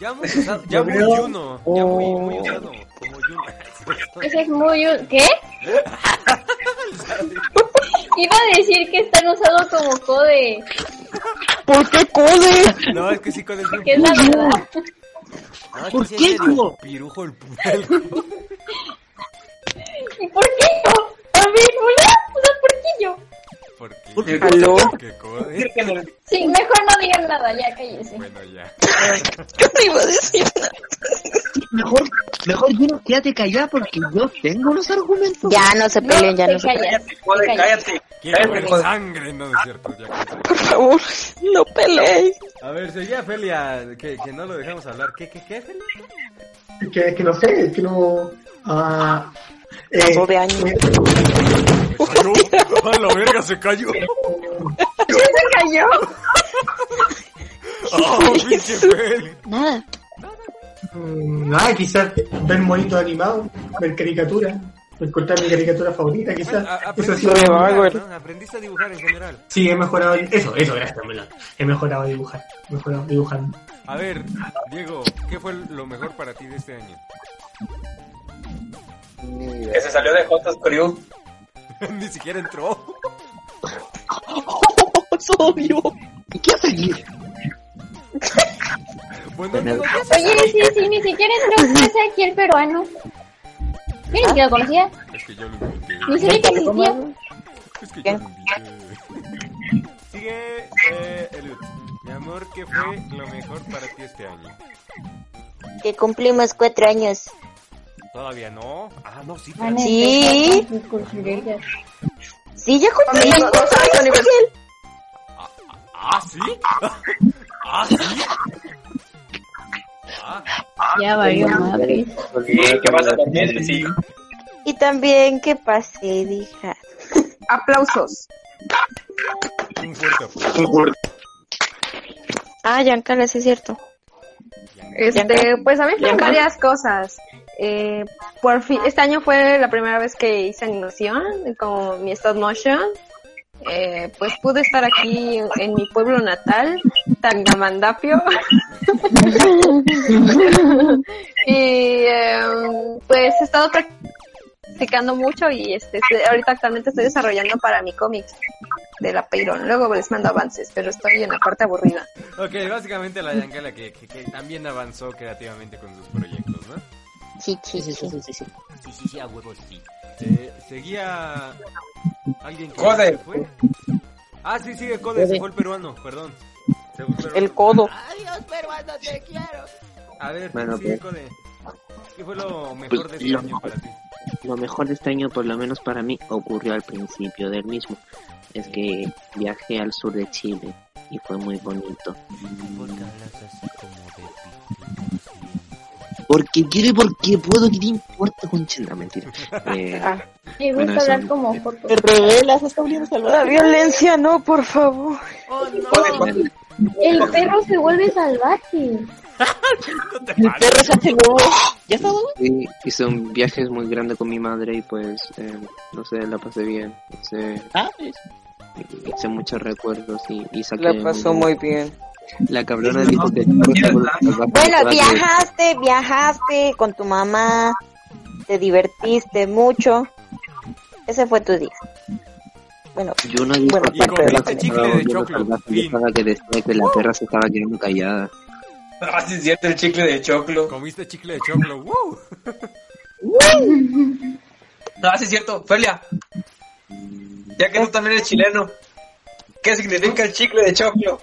[SPEAKER 3] Ya muy usado, ya muy
[SPEAKER 15] creo-
[SPEAKER 3] Juno, ya muy, muy usado, como Juno.
[SPEAKER 1] *laughs*
[SPEAKER 7] Ese es muy... u- ¿Qué? *laughs* Iba a decir que están usados como code,
[SPEAKER 15] ¿Por qué code?
[SPEAKER 3] No, es que sí con el
[SPEAKER 7] que es la verdad.
[SPEAKER 15] ¿Por
[SPEAKER 3] sí,
[SPEAKER 15] qué,
[SPEAKER 3] es medio
[SPEAKER 15] Juno?
[SPEAKER 3] Pirujo el puto.
[SPEAKER 7] ¿Y por qué yo? A ver, hola, o sea, ¿por qué yo?
[SPEAKER 3] ¿Por qué?
[SPEAKER 15] ¿Aló?
[SPEAKER 3] ¿Qué code?
[SPEAKER 7] Sí, mejor no digan nada, ya cállese.
[SPEAKER 3] Bueno, ya.
[SPEAKER 15] ¿Qué te iba a decir?
[SPEAKER 8] Mejor, mejor Juno, quédate callada porque yo tengo unos argumentos. Ya no se peleen, ya no se peleen.
[SPEAKER 4] Joder, cállate.
[SPEAKER 3] Quiero
[SPEAKER 4] Cállate,
[SPEAKER 3] ver
[SPEAKER 4] joder.
[SPEAKER 3] sangre, no, no es cierto. Ya.
[SPEAKER 15] Por favor, no peleéis.
[SPEAKER 3] A ver, seguía Felia, que, que no lo dejamos hablar. ¿Qué, qué, qué, Felia?
[SPEAKER 13] Es que, es que no sé, es que no. Ah, eh,
[SPEAKER 15] Pasó de año.
[SPEAKER 3] cayó. *laughs* A la verga, se cayó.
[SPEAKER 1] ¿Qué se cayó?
[SPEAKER 3] *laughs*
[SPEAKER 1] *laughs*
[SPEAKER 3] ¡Oh, pinche Felia!
[SPEAKER 8] Nada.
[SPEAKER 13] mm, nada, quizás ver monitos animados, ver caricaturas, encontrar mi caricatura favorita, quizás. Eso ha
[SPEAKER 3] Aprendiste
[SPEAKER 13] sido
[SPEAKER 3] a
[SPEAKER 13] lo
[SPEAKER 3] dibujar,
[SPEAKER 13] mejor.
[SPEAKER 3] ¿no? Aprendiste a dibujar en general.
[SPEAKER 13] Sí, he mejorado. Eso, eso, gracias, Mela. He mejorado dibujar. He mejorado dibujando.
[SPEAKER 3] A ver, Diego, ¿qué fue lo mejor para ti de este año?
[SPEAKER 4] Que se salió de Jotas Crew.
[SPEAKER 3] *laughs* Ni siquiera entró.
[SPEAKER 15] Es obvio.
[SPEAKER 8] ¿Y qué seguir?
[SPEAKER 3] Bueno,
[SPEAKER 7] Oye, sí, sí, ni siquiera entró ¿qué hace aquí el peruano. Miren, que lo conocía.
[SPEAKER 3] Es que yo lo invité.
[SPEAKER 7] Ni sabía que existía.
[SPEAKER 3] Es que yo lo invité. Sigue, eh, Elut. Mi amor, ¿qué fue lo mejor para ti este año?
[SPEAKER 8] Que cumplimos cuatro años.
[SPEAKER 3] Todavía no. Ah, no, sí.
[SPEAKER 8] Ah, Sí. Sí, ya cumplimos
[SPEAKER 15] Amigos,
[SPEAKER 8] cuatro
[SPEAKER 15] ¿sabes
[SPEAKER 8] años.
[SPEAKER 15] aniversario?
[SPEAKER 8] Miguel.
[SPEAKER 3] Ah, sí. *laughs* Ah, sí.
[SPEAKER 6] Ya valió madre.
[SPEAKER 4] ¿Qué pasa también? Sí.
[SPEAKER 8] Y también que pasé, hija.
[SPEAKER 1] Aplausos.
[SPEAKER 3] Un fuerte aplauso.
[SPEAKER 8] Ah, Giancarlo, sí es cierto.
[SPEAKER 1] Este, pues a mí fueron varias cosas. Eh, por fin, este año fue la primera vez que hice animación, como mi stop motion. Eh, pues pude estar aquí en mi pueblo natal, Tangamandapio. *laughs* y em, pues he estado practicando mucho y este, este, ahorita actualmente estoy desarrollando para mi cómic de la Peyron. Luego les mando avances, pero estoy en la parte aburrida.
[SPEAKER 3] Ok, básicamente la Yankala que, que, que también avanzó creativamente con sus proyectos, ¿no?
[SPEAKER 8] Sí, sí, sí, sí.
[SPEAKER 14] Sí, sí, sí, a huevos, sí.
[SPEAKER 3] Eh, seguía alguien que
[SPEAKER 4] Code.
[SPEAKER 3] se fue. Ah, sí, sigue Code, se
[SPEAKER 15] Code.
[SPEAKER 3] fue el peruano, perdón. Se fue peruano.
[SPEAKER 15] El codo.
[SPEAKER 14] Adiós, peruano, te quiero.
[SPEAKER 3] A ver,
[SPEAKER 11] Bueno,
[SPEAKER 3] sigue
[SPEAKER 11] pues.
[SPEAKER 3] Code. ¿Qué fue lo mejor de este
[SPEAKER 11] lo-
[SPEAKER 3] año para ti?
[SPEAKER 11] pues, Lo mejor de este año, por lo menos para mí, ocurrió al principio del mismo. Es que viajé al sur de Chile y fue muy bonito.
[SPEAKER 14] ¿Por qué hablas así como de
[SPEAKER 11] Porque quiero y porque puedo, ¿qué te importa, concha?
[SPEAKER 15] *laughs*
[SPEAKER 11] No, mentira. Eh,
[SPEAKER 15] Ah,
[SPEAKER 7] Me gusta
[SPEAKER 11] Bueno, eso-
[SPEAKER 7] hablar como porco.
[SPEAKER 15] Te revelas, está volviendo a salvar.
[SPEAKER 7] La violencia, no, por favor.
[SPEAKER 14] Oh, no.
[SPEAKER 7] El perro se vuelve salvaje.
[SPEAKER 15] Mi perro se hace nuevo. ¿Ya está
[SPEAKER 11] Sí, hice un viaje muy grande con mi madre y pues, eh, no sé, la pasé bien. Hice,
[SPEAKER 15] Ah, es-
[SPEAKER 11] hice muchos recuerdos y, y saqué...
[SPEAKER 15] La pasó muy bien.
[SPEAKER 11] La cabrona dijo que... Bueno,
[SPEAKER 8] Bueno, viajaste, viajaste con tu mamá, te divertiste mucho. Ese fue tu día. Bueno,
[SPEAKER 11] Yo no dijo
[SPEAKER 8] Bueno,
[SPEAKER 11] que
[SPEAKER 8] y
[SPEAKER 11] la perra
[SPEAKER 8] comiste
[SPEAKER 11] se
[SPEAKER 8] chicle
[SPEAKER 11] estaba
[SPEAKER 8] de
[SPEAKER 11] volviendo
[SPEAKER 8] choclo,
[SPEAKER 11] salvaje, yo estaba que decía que la perra se estaba quedando callada.
[SPEAKER 4] Ah, sí, es cierto, el chicle de choclo.
[SPEAKER 3] Comiste chicle de choclo, ¡wow!
[SPEAKER 4] No, sí, es cierto. Felia, ya que tú también eres chileno, ¿qué significa el chicle de choclo?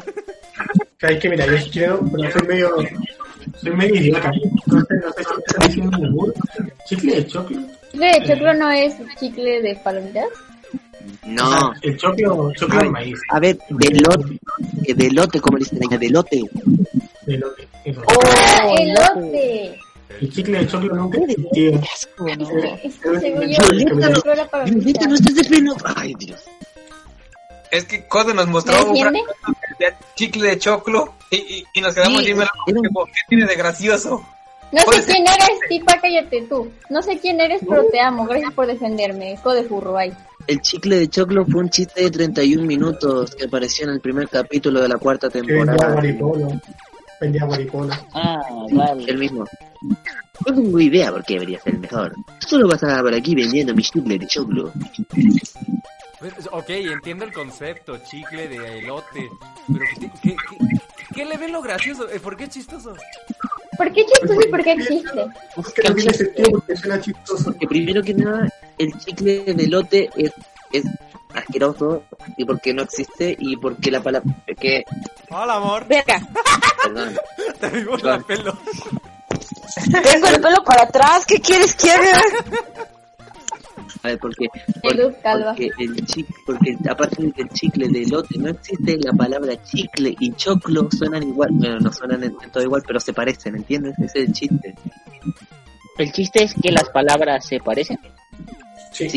[SPEAKER 13] O sea, es que mira, yo sí creo, pero soy medio. Soy medio idiota. Entonces, no sé si me están diciendo yogur, chicle de choclo.
[SPEAKER 7] Chicle de choclo no es chicle de palomitas.
[SPEAKER 13] O sea,
[SPEAKER 11] No.
[SPEAKER 13] el choclo, choclo de maíz.
[SPEAKER 11] A ver, delote, eh, delote, como le dicen allá, delote.
[SPEAKER 13] Elote, eso.
[SPEAKER 7] ¡Ah, elote!
[SPEAKER 13] El chicle de choclo nunca existió.
[SPEAKER 16] Oh,
[SPEAKER 7] Es que según yo,
[SPEAKER 13] Violeta,
[SPEAKER 7] el
[SPEAKER 13] no-
[SPEAKER 7] choclo era palomita.
[SPEAKER 11] Ay, Dios.
[SPEAKER 4] Es que Code nos mostró un
[SPEAKER 7] ¿Defiende?
[SPEAKER 4] fragmento que decía chicle de choclo y, y, y nos quedamos viendo como ¿qué tiene de gracioso?
[SPEAKER 7] No sé quién eres, tipa, cállate tú. No sé quién eres, pero te amo. Gracias por defenderme. Hijo de furro, ay.
[SPEAKER 1] El chicle de choclo fue un chiste de 31 minutos que apareció en el primer capítulo de la cuarta
[SPEAKER 17] Que vendía
[SPEAKER 1] temporada.
[SPEAKER 17] guaripolo. Vendía guaripolo.
[SPEAKER 16] Ah, vale.
[SPEAKER 1] El mismo. No tengo idea por qué debería ser mejor. Solo pasaba por aquí vendiendo mi chicle de choclo.
[SPEAKER 3] Ok, entiendo el concepto, chicle de elote. Pero, ¿qué, qué, qué- qué le ven lo gracioso? Eh, ¿Por qué es chistoso?
[SPEAKER 7] ¿Por qué chistoso y por qué existe?
[SPEAKER 17] Que no tiene sentido porque suena chistoso.
[SPEAKER 1] Porque primero que nada, el chicle de elote es, es asqueroso y porque no existe y porque la palabra... que
[SPEAKER 3] Hola, amor. *laughs*
[SPEAKER 1] Perdón.
[SPEAKER 3] Te vimos la pelo.
[SPEAKER 18] Tengo el pelo para atrás, ¿qué quieres que haga?
[SPEAKER 1] A ver, porque, porque, porque el chicle, porque aparte de que el chicle de elote no existe, la palabra chicle y choclo suenan igual, bueno, no suenan en, en todo igual, pero se parecen, ¿entiendes? Ese es el chiste.
[SPEAKER 16] El chiste es que las palabras se parecen.
[SPEAKER 17] Sí.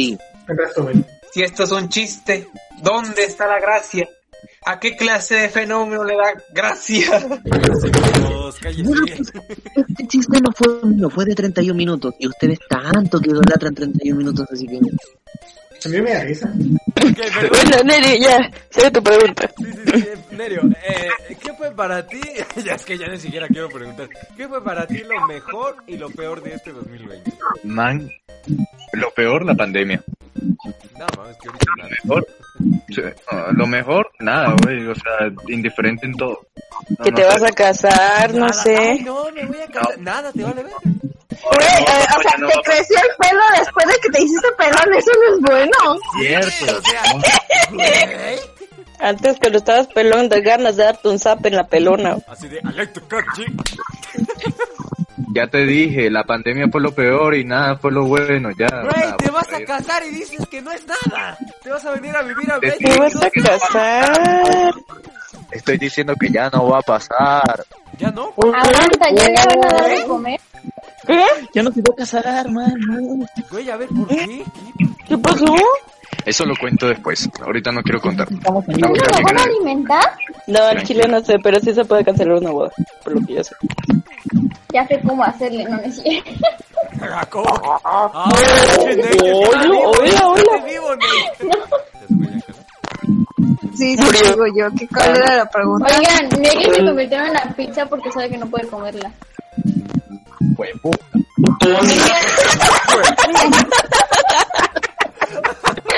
[SPEAKER 4] Si esto es un chiste, ¿dónde está la gracia? ¿A qué clase de fenómeno le da gracia?
[SPEAKER 11] *laughs*
[SPEAKER 1] Este chiste no fue no fue de 31 minutos y ustedes tanto que idolatran 31 minutos, así que...
[SPEAKER 17] A mí me da risa.
[SPEAKER 11] Bueno, Neri, ya, sigue tu pregunta.
[SPEAKER 3] Nerio, eh, ¿qué fue para ti? *laughs* ya es que ya ni siquiera quiero preguntar. ¿Qué fue para ti lo mejor y lo peor de este 2020?
[SPEAKER 2] Man, lo peor, la pandemia.
[SPEAKER 3] No, mames, qué original.
[SPEAKER 2] Mejor, sí, no, lo mejor, nada, güey. O sea, indiferente en todo. No,
[SPEAKER 11] que
[SPEAKER 2] no
[SPEAKER 11] te
[SPEAKER 2] sé.
[SPEAKER 11] vas a casar, no
[SPEAKER 2] Nada.
[SPEAKER 11] sé.
[SPEAKER 3] No, me voy a casar. Nada, te vale ver.
[SPEAKER 2] pues
[SPEAKER 8] Güey, eh, o sea, te creció el pelo después de que te hiciste pelón, eso no es bueno.
[SPEAKER 2] Cierto.
[SPEAKER 3] *laughs*
[SPEAKER 11] Antes que lo estabas pelón, de ganas de darte un zap en la pelona.
[SPEAKER 3] Así de, I like to cook, chick.
[SPEAKER 2] Ya te dije, la pandemia fue lo peor y nada fue lo bueno, ya. o sea,
[SPEAKER 3] Güey, te vas a casar y dices que no es nada. Te vas a venir a vivir a
[SPEAKER 2] Te
[SPEAKER 3] México.
[SPEAKER 2] vas a
[SPEAKER 11] casar.
[SPEAKER 2] Estoy diciendo que ya no va a pasar.
[SPEAKER 3] Ya no.
[SPEAKER 7] Aguanta, ya le van a dar de comer.
[SPEAKER 11] ¿Qué? Ya no te voy a casar, man.
[SPEAKER 3] Güey, a ver, ¿por qué?
[SPEAKER 11] ¿Qué pasó?
[SPEAKER 2] Eso lo cuento después. Ahorita no quiero contar.
[SPEAKER 7] ¿No lo van a alimentar?
[SPEAKER 11] No, el chile no sé, pero sí se puede cancelar una boda, por lo que
[SPEAKER 1] *laughs*
[SPEAKER 11] yo sé.
[SPEAKER 7] Ya sé cómo hacerle, no me *laughs* sigue.
[SPEAKER 3] Ah,
[SPEAKER 11] pinche Ney, que está Hola, vivo, hola, está hola.
[SPEAKER 3] vivo,
[SPEAKER 8] Sí, sí, digo yo, ¿qué cuál era la
[SPEAKER 7] *laughs*
[SPEAKER 8] pregunta?
[SPEAKER 7] Oigan, Nelly me convirtieron en la pizza porque sabe que no puede comerla.
[SPEAKER 2] Huevo.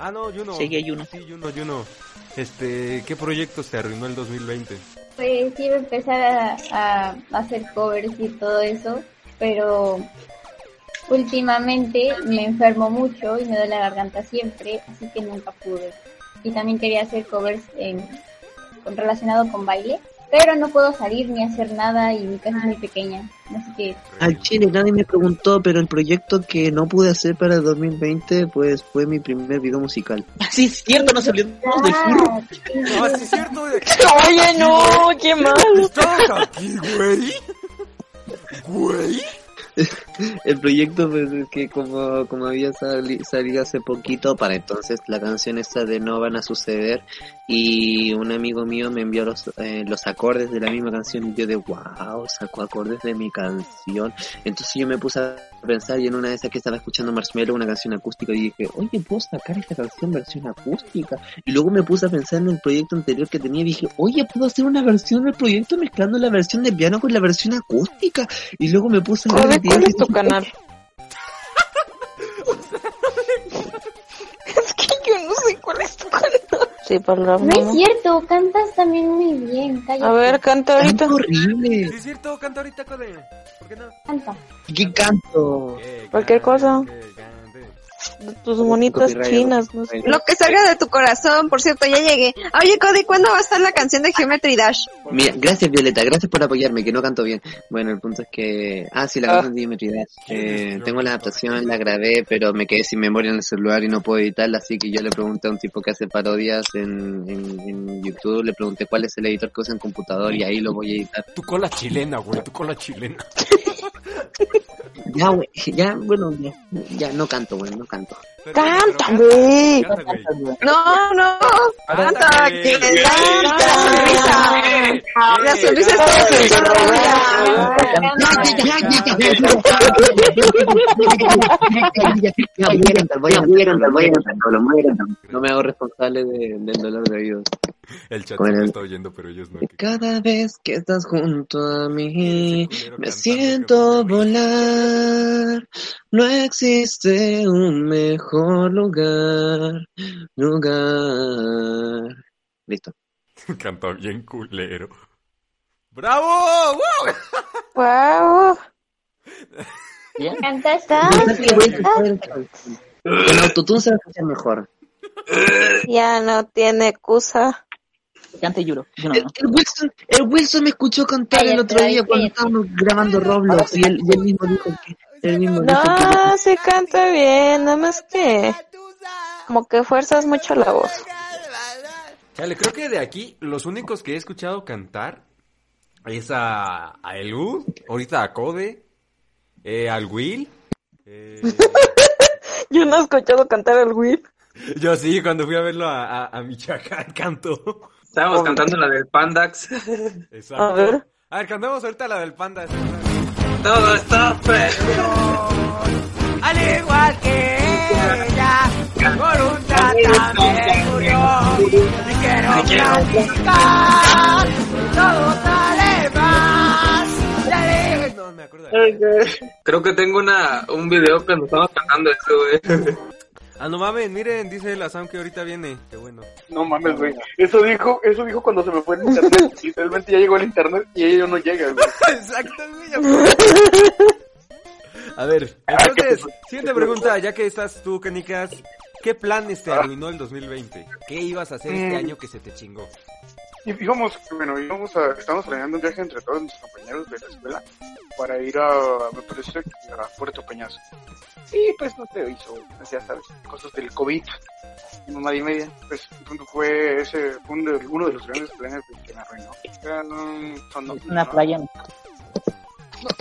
[SPEAKER 3] Ah, no, Juno.
[SPEAKER 16] Seguí ayuno.
[SPEAKER 3] Sí, Juno, Juno. Este, ¿qué proyectos te arruinó el 2020?
[SPEAKER 7] Pues sí, iba a empezar a, a hacer covers y todo eso, pero últimamente me enfermo mucho y me duele la garganta siempre, así que nunca pude. Y también quería hacer covers en, con- relacionado con baile, pero no puedo salir ni hacer nada y mi casa es muy pequeña, así que
[SPEAKER 1] Al chile nadie me preguntó, pero el proyecto que no pude hacer para el 2020 pues fue mi primer video musical.
[SPEAKER 16] Sí, es cierto, nos olvidamos del
[SPEAKER 7] Ah,
[SPEAKER 16] furro.
[SPEAKER 3] No, Ah, sí es cierto. de-
[SPEAKER 11] Oye, no, qué malo.
[SPEAKER 3] Estamos aquí, güey. Güey.
[SPEAKER 1] El proyecto pues, es que como, como había sali- salido hace poquito, para entonces la canción esta de No van a suceder y un amigo mío me envió los, eh, los acordes de la misma canción y yo de wow, sacó acordes de mi canción. Entonces yo me puse a pensar y en una de esas que estaba escuchando Marshmello una canción acústica y dije, oye, puedo sacar esta canción versión acústica. Y luego me puse a pensar en el proyecto anterior que tenía y dije, oye, puedo hacer una versión del proyecto mezclando la versión de piano con la versión acústica. Y luego me puse a
[SPEAKER 11] A ver,
[SPEAKER 1] ver videos
[SPEAKER 11] ¿cuál
[SPEAKER 1] y
[SPEAKER 11] es tu
[SPEAKER 1] dije,
[SPEAKER 11] canal? *laughs* es que yo no sé cuál es tu canal. Sí, por lo
[SPEAKER 7] no es
[SPEAKER 11] menos.
[SPEAKER 7] cierto, cantas también muy bien, cállate.
[SPEAKER 11] A ver, canta ahorita.
[SPEAKER 1] horrible.
[SPEAKER 3] Sí es cierto, canta ahorita, Code. ¿Por qué no?
[SPEAKER 7] Canta.
[SPEAKER 1] ¿Qué canto?
[SPEAKER 11] Cualquier cosa.
[SPEAKER 15] tus monitas
[SPEAKER 11] Copyright.
[SPEAKER 15] chinas, no sé.
[SPEAKER 1] Lo que salga de tu corazón, por cierto, ya llegué. Oye, Cody, ¿cuándo va a estar la canción de Geometry Dash?
[SPEAKER 11] Mira, gracias Violeta, gracias por apoyarme, que no canto bien. Bueno, el punto es que... Ah, sí, la canción de Geometry Dash. Eh, tengo la adaptación, la grabé, pero me quedé sin memoria en el celular y no puedo editarla, así que yo le pregunté a un tipo que hace parodias en, en- en YouTube, le pregunté cuál es el editor que usa en computador y ahí lo voy a editar.
[SPEAKER 3] Tu cola chilena, güey, tu cola chilena.
[SPEAKER 11] Ya, güey, ya, bueno, ya, ya, no canto, güey, no canto.
[SPEAKER 15] ¡Canta, güey!
[SPEAKER 1] No, no. Canta, que canta. La sonrisa. La sonrisa está
[SPEAKER 11] No me hago responsable de- del dolor de oídos.
[SPEAKER 3] El chat
[SPEAKER 11] Bueno.
[SPEAKER 3] me está oyendo, pero ellos no.
[SPEAKER 11] Cada vez que estás junto a mí, me siento volar. No existe un mejor lugar, lugar. Listo.
[SPEAKER 3] Canta bien culero. ¡Bravo! ¡Wow!
[SPEAKER 15] ¡Wow!
[SPEAKER 7] Cantas
[SPEAKER 15] Ah,
[SPEAKER 11] Con autotune se escucha mejor.
[SPEAKER 15] Ya no tiene excusa.
[SPEAKER 5] Cante Yuro. Yo no,
[SPEAKER 11] El, el Wilson, el Wilson me escuchó cantar el otro día cuando estábamos grabando Roblox y él, y él mismo dijo que... Él mismo dijo que-
[SPEAKER 15] No, se canta bien, nada más que... Como que fuerzas mucho la voz.
[SPEAKER 3] Chale, creo que de aquí los únicos que he escuchado cantar es a, a Elud, ahorita a Code, eh, al Will. Eh,
[SPEAKER 15] Yo no he escuchado cantar al Will.
[SPEAKER 3] *laughs* Yo sí, cuando fui a verlo a, a, a Michoacán, *laughs* cantó.
[SPEAKER 4] Estábamos cantando la del
[SPEAKER 14] *laughs*
[SPEAKER 4] Pandax.
[SPEAKER 3] Exacto.
[SPEAKER 4] A ver.
[SPEAKER 3] A ver, cantamos ahorita la del panda.
[SPEAKER 4] Todo está feo.
[SPEAKER 14] Al igual que ella, por un tata me murió. Te quiero platicar, todo sale más. Ya dije, no, me acuerdo.
[SPEAKER 4] Creo que tengo una, un video que nos estamos cantando esto, güey.
[SPEAKER 3] Ah, no mames, miren, dice la Sam que ahorita viene. Qué bueno.
[SPEAKER 2] No mames, güey. Eso dijo, eso dijo cuando se me fue el internet. Literalmente ya llegó el internet y ella no llega, güey.
[SPEAKER 3] Exacto, A ver, entonces, siguiente pregunta, ya que estás tú, Canicas. ¿Qué planes te arruinó el 2020? ¿Qué ibas a hacer este
[SPEAKER 2] Mm.
[SPEAKER 3] año que se te chingó?
[SPEAKER 2] Y íbamos, bueno, íbamos a, estamos planeando un viaje entre todos mis compañeros de la escuela para ir a, me parece que a Puerto Peñasco. Sí, pues no te hizo, ya sabes, cosas del COVID, mamá y media. Pues punto fue ese, fue uno de, uno de los grandes planes que- que me arruinó. Era, no, son- no,
[SPEAKER 5] Una playa. ¿no?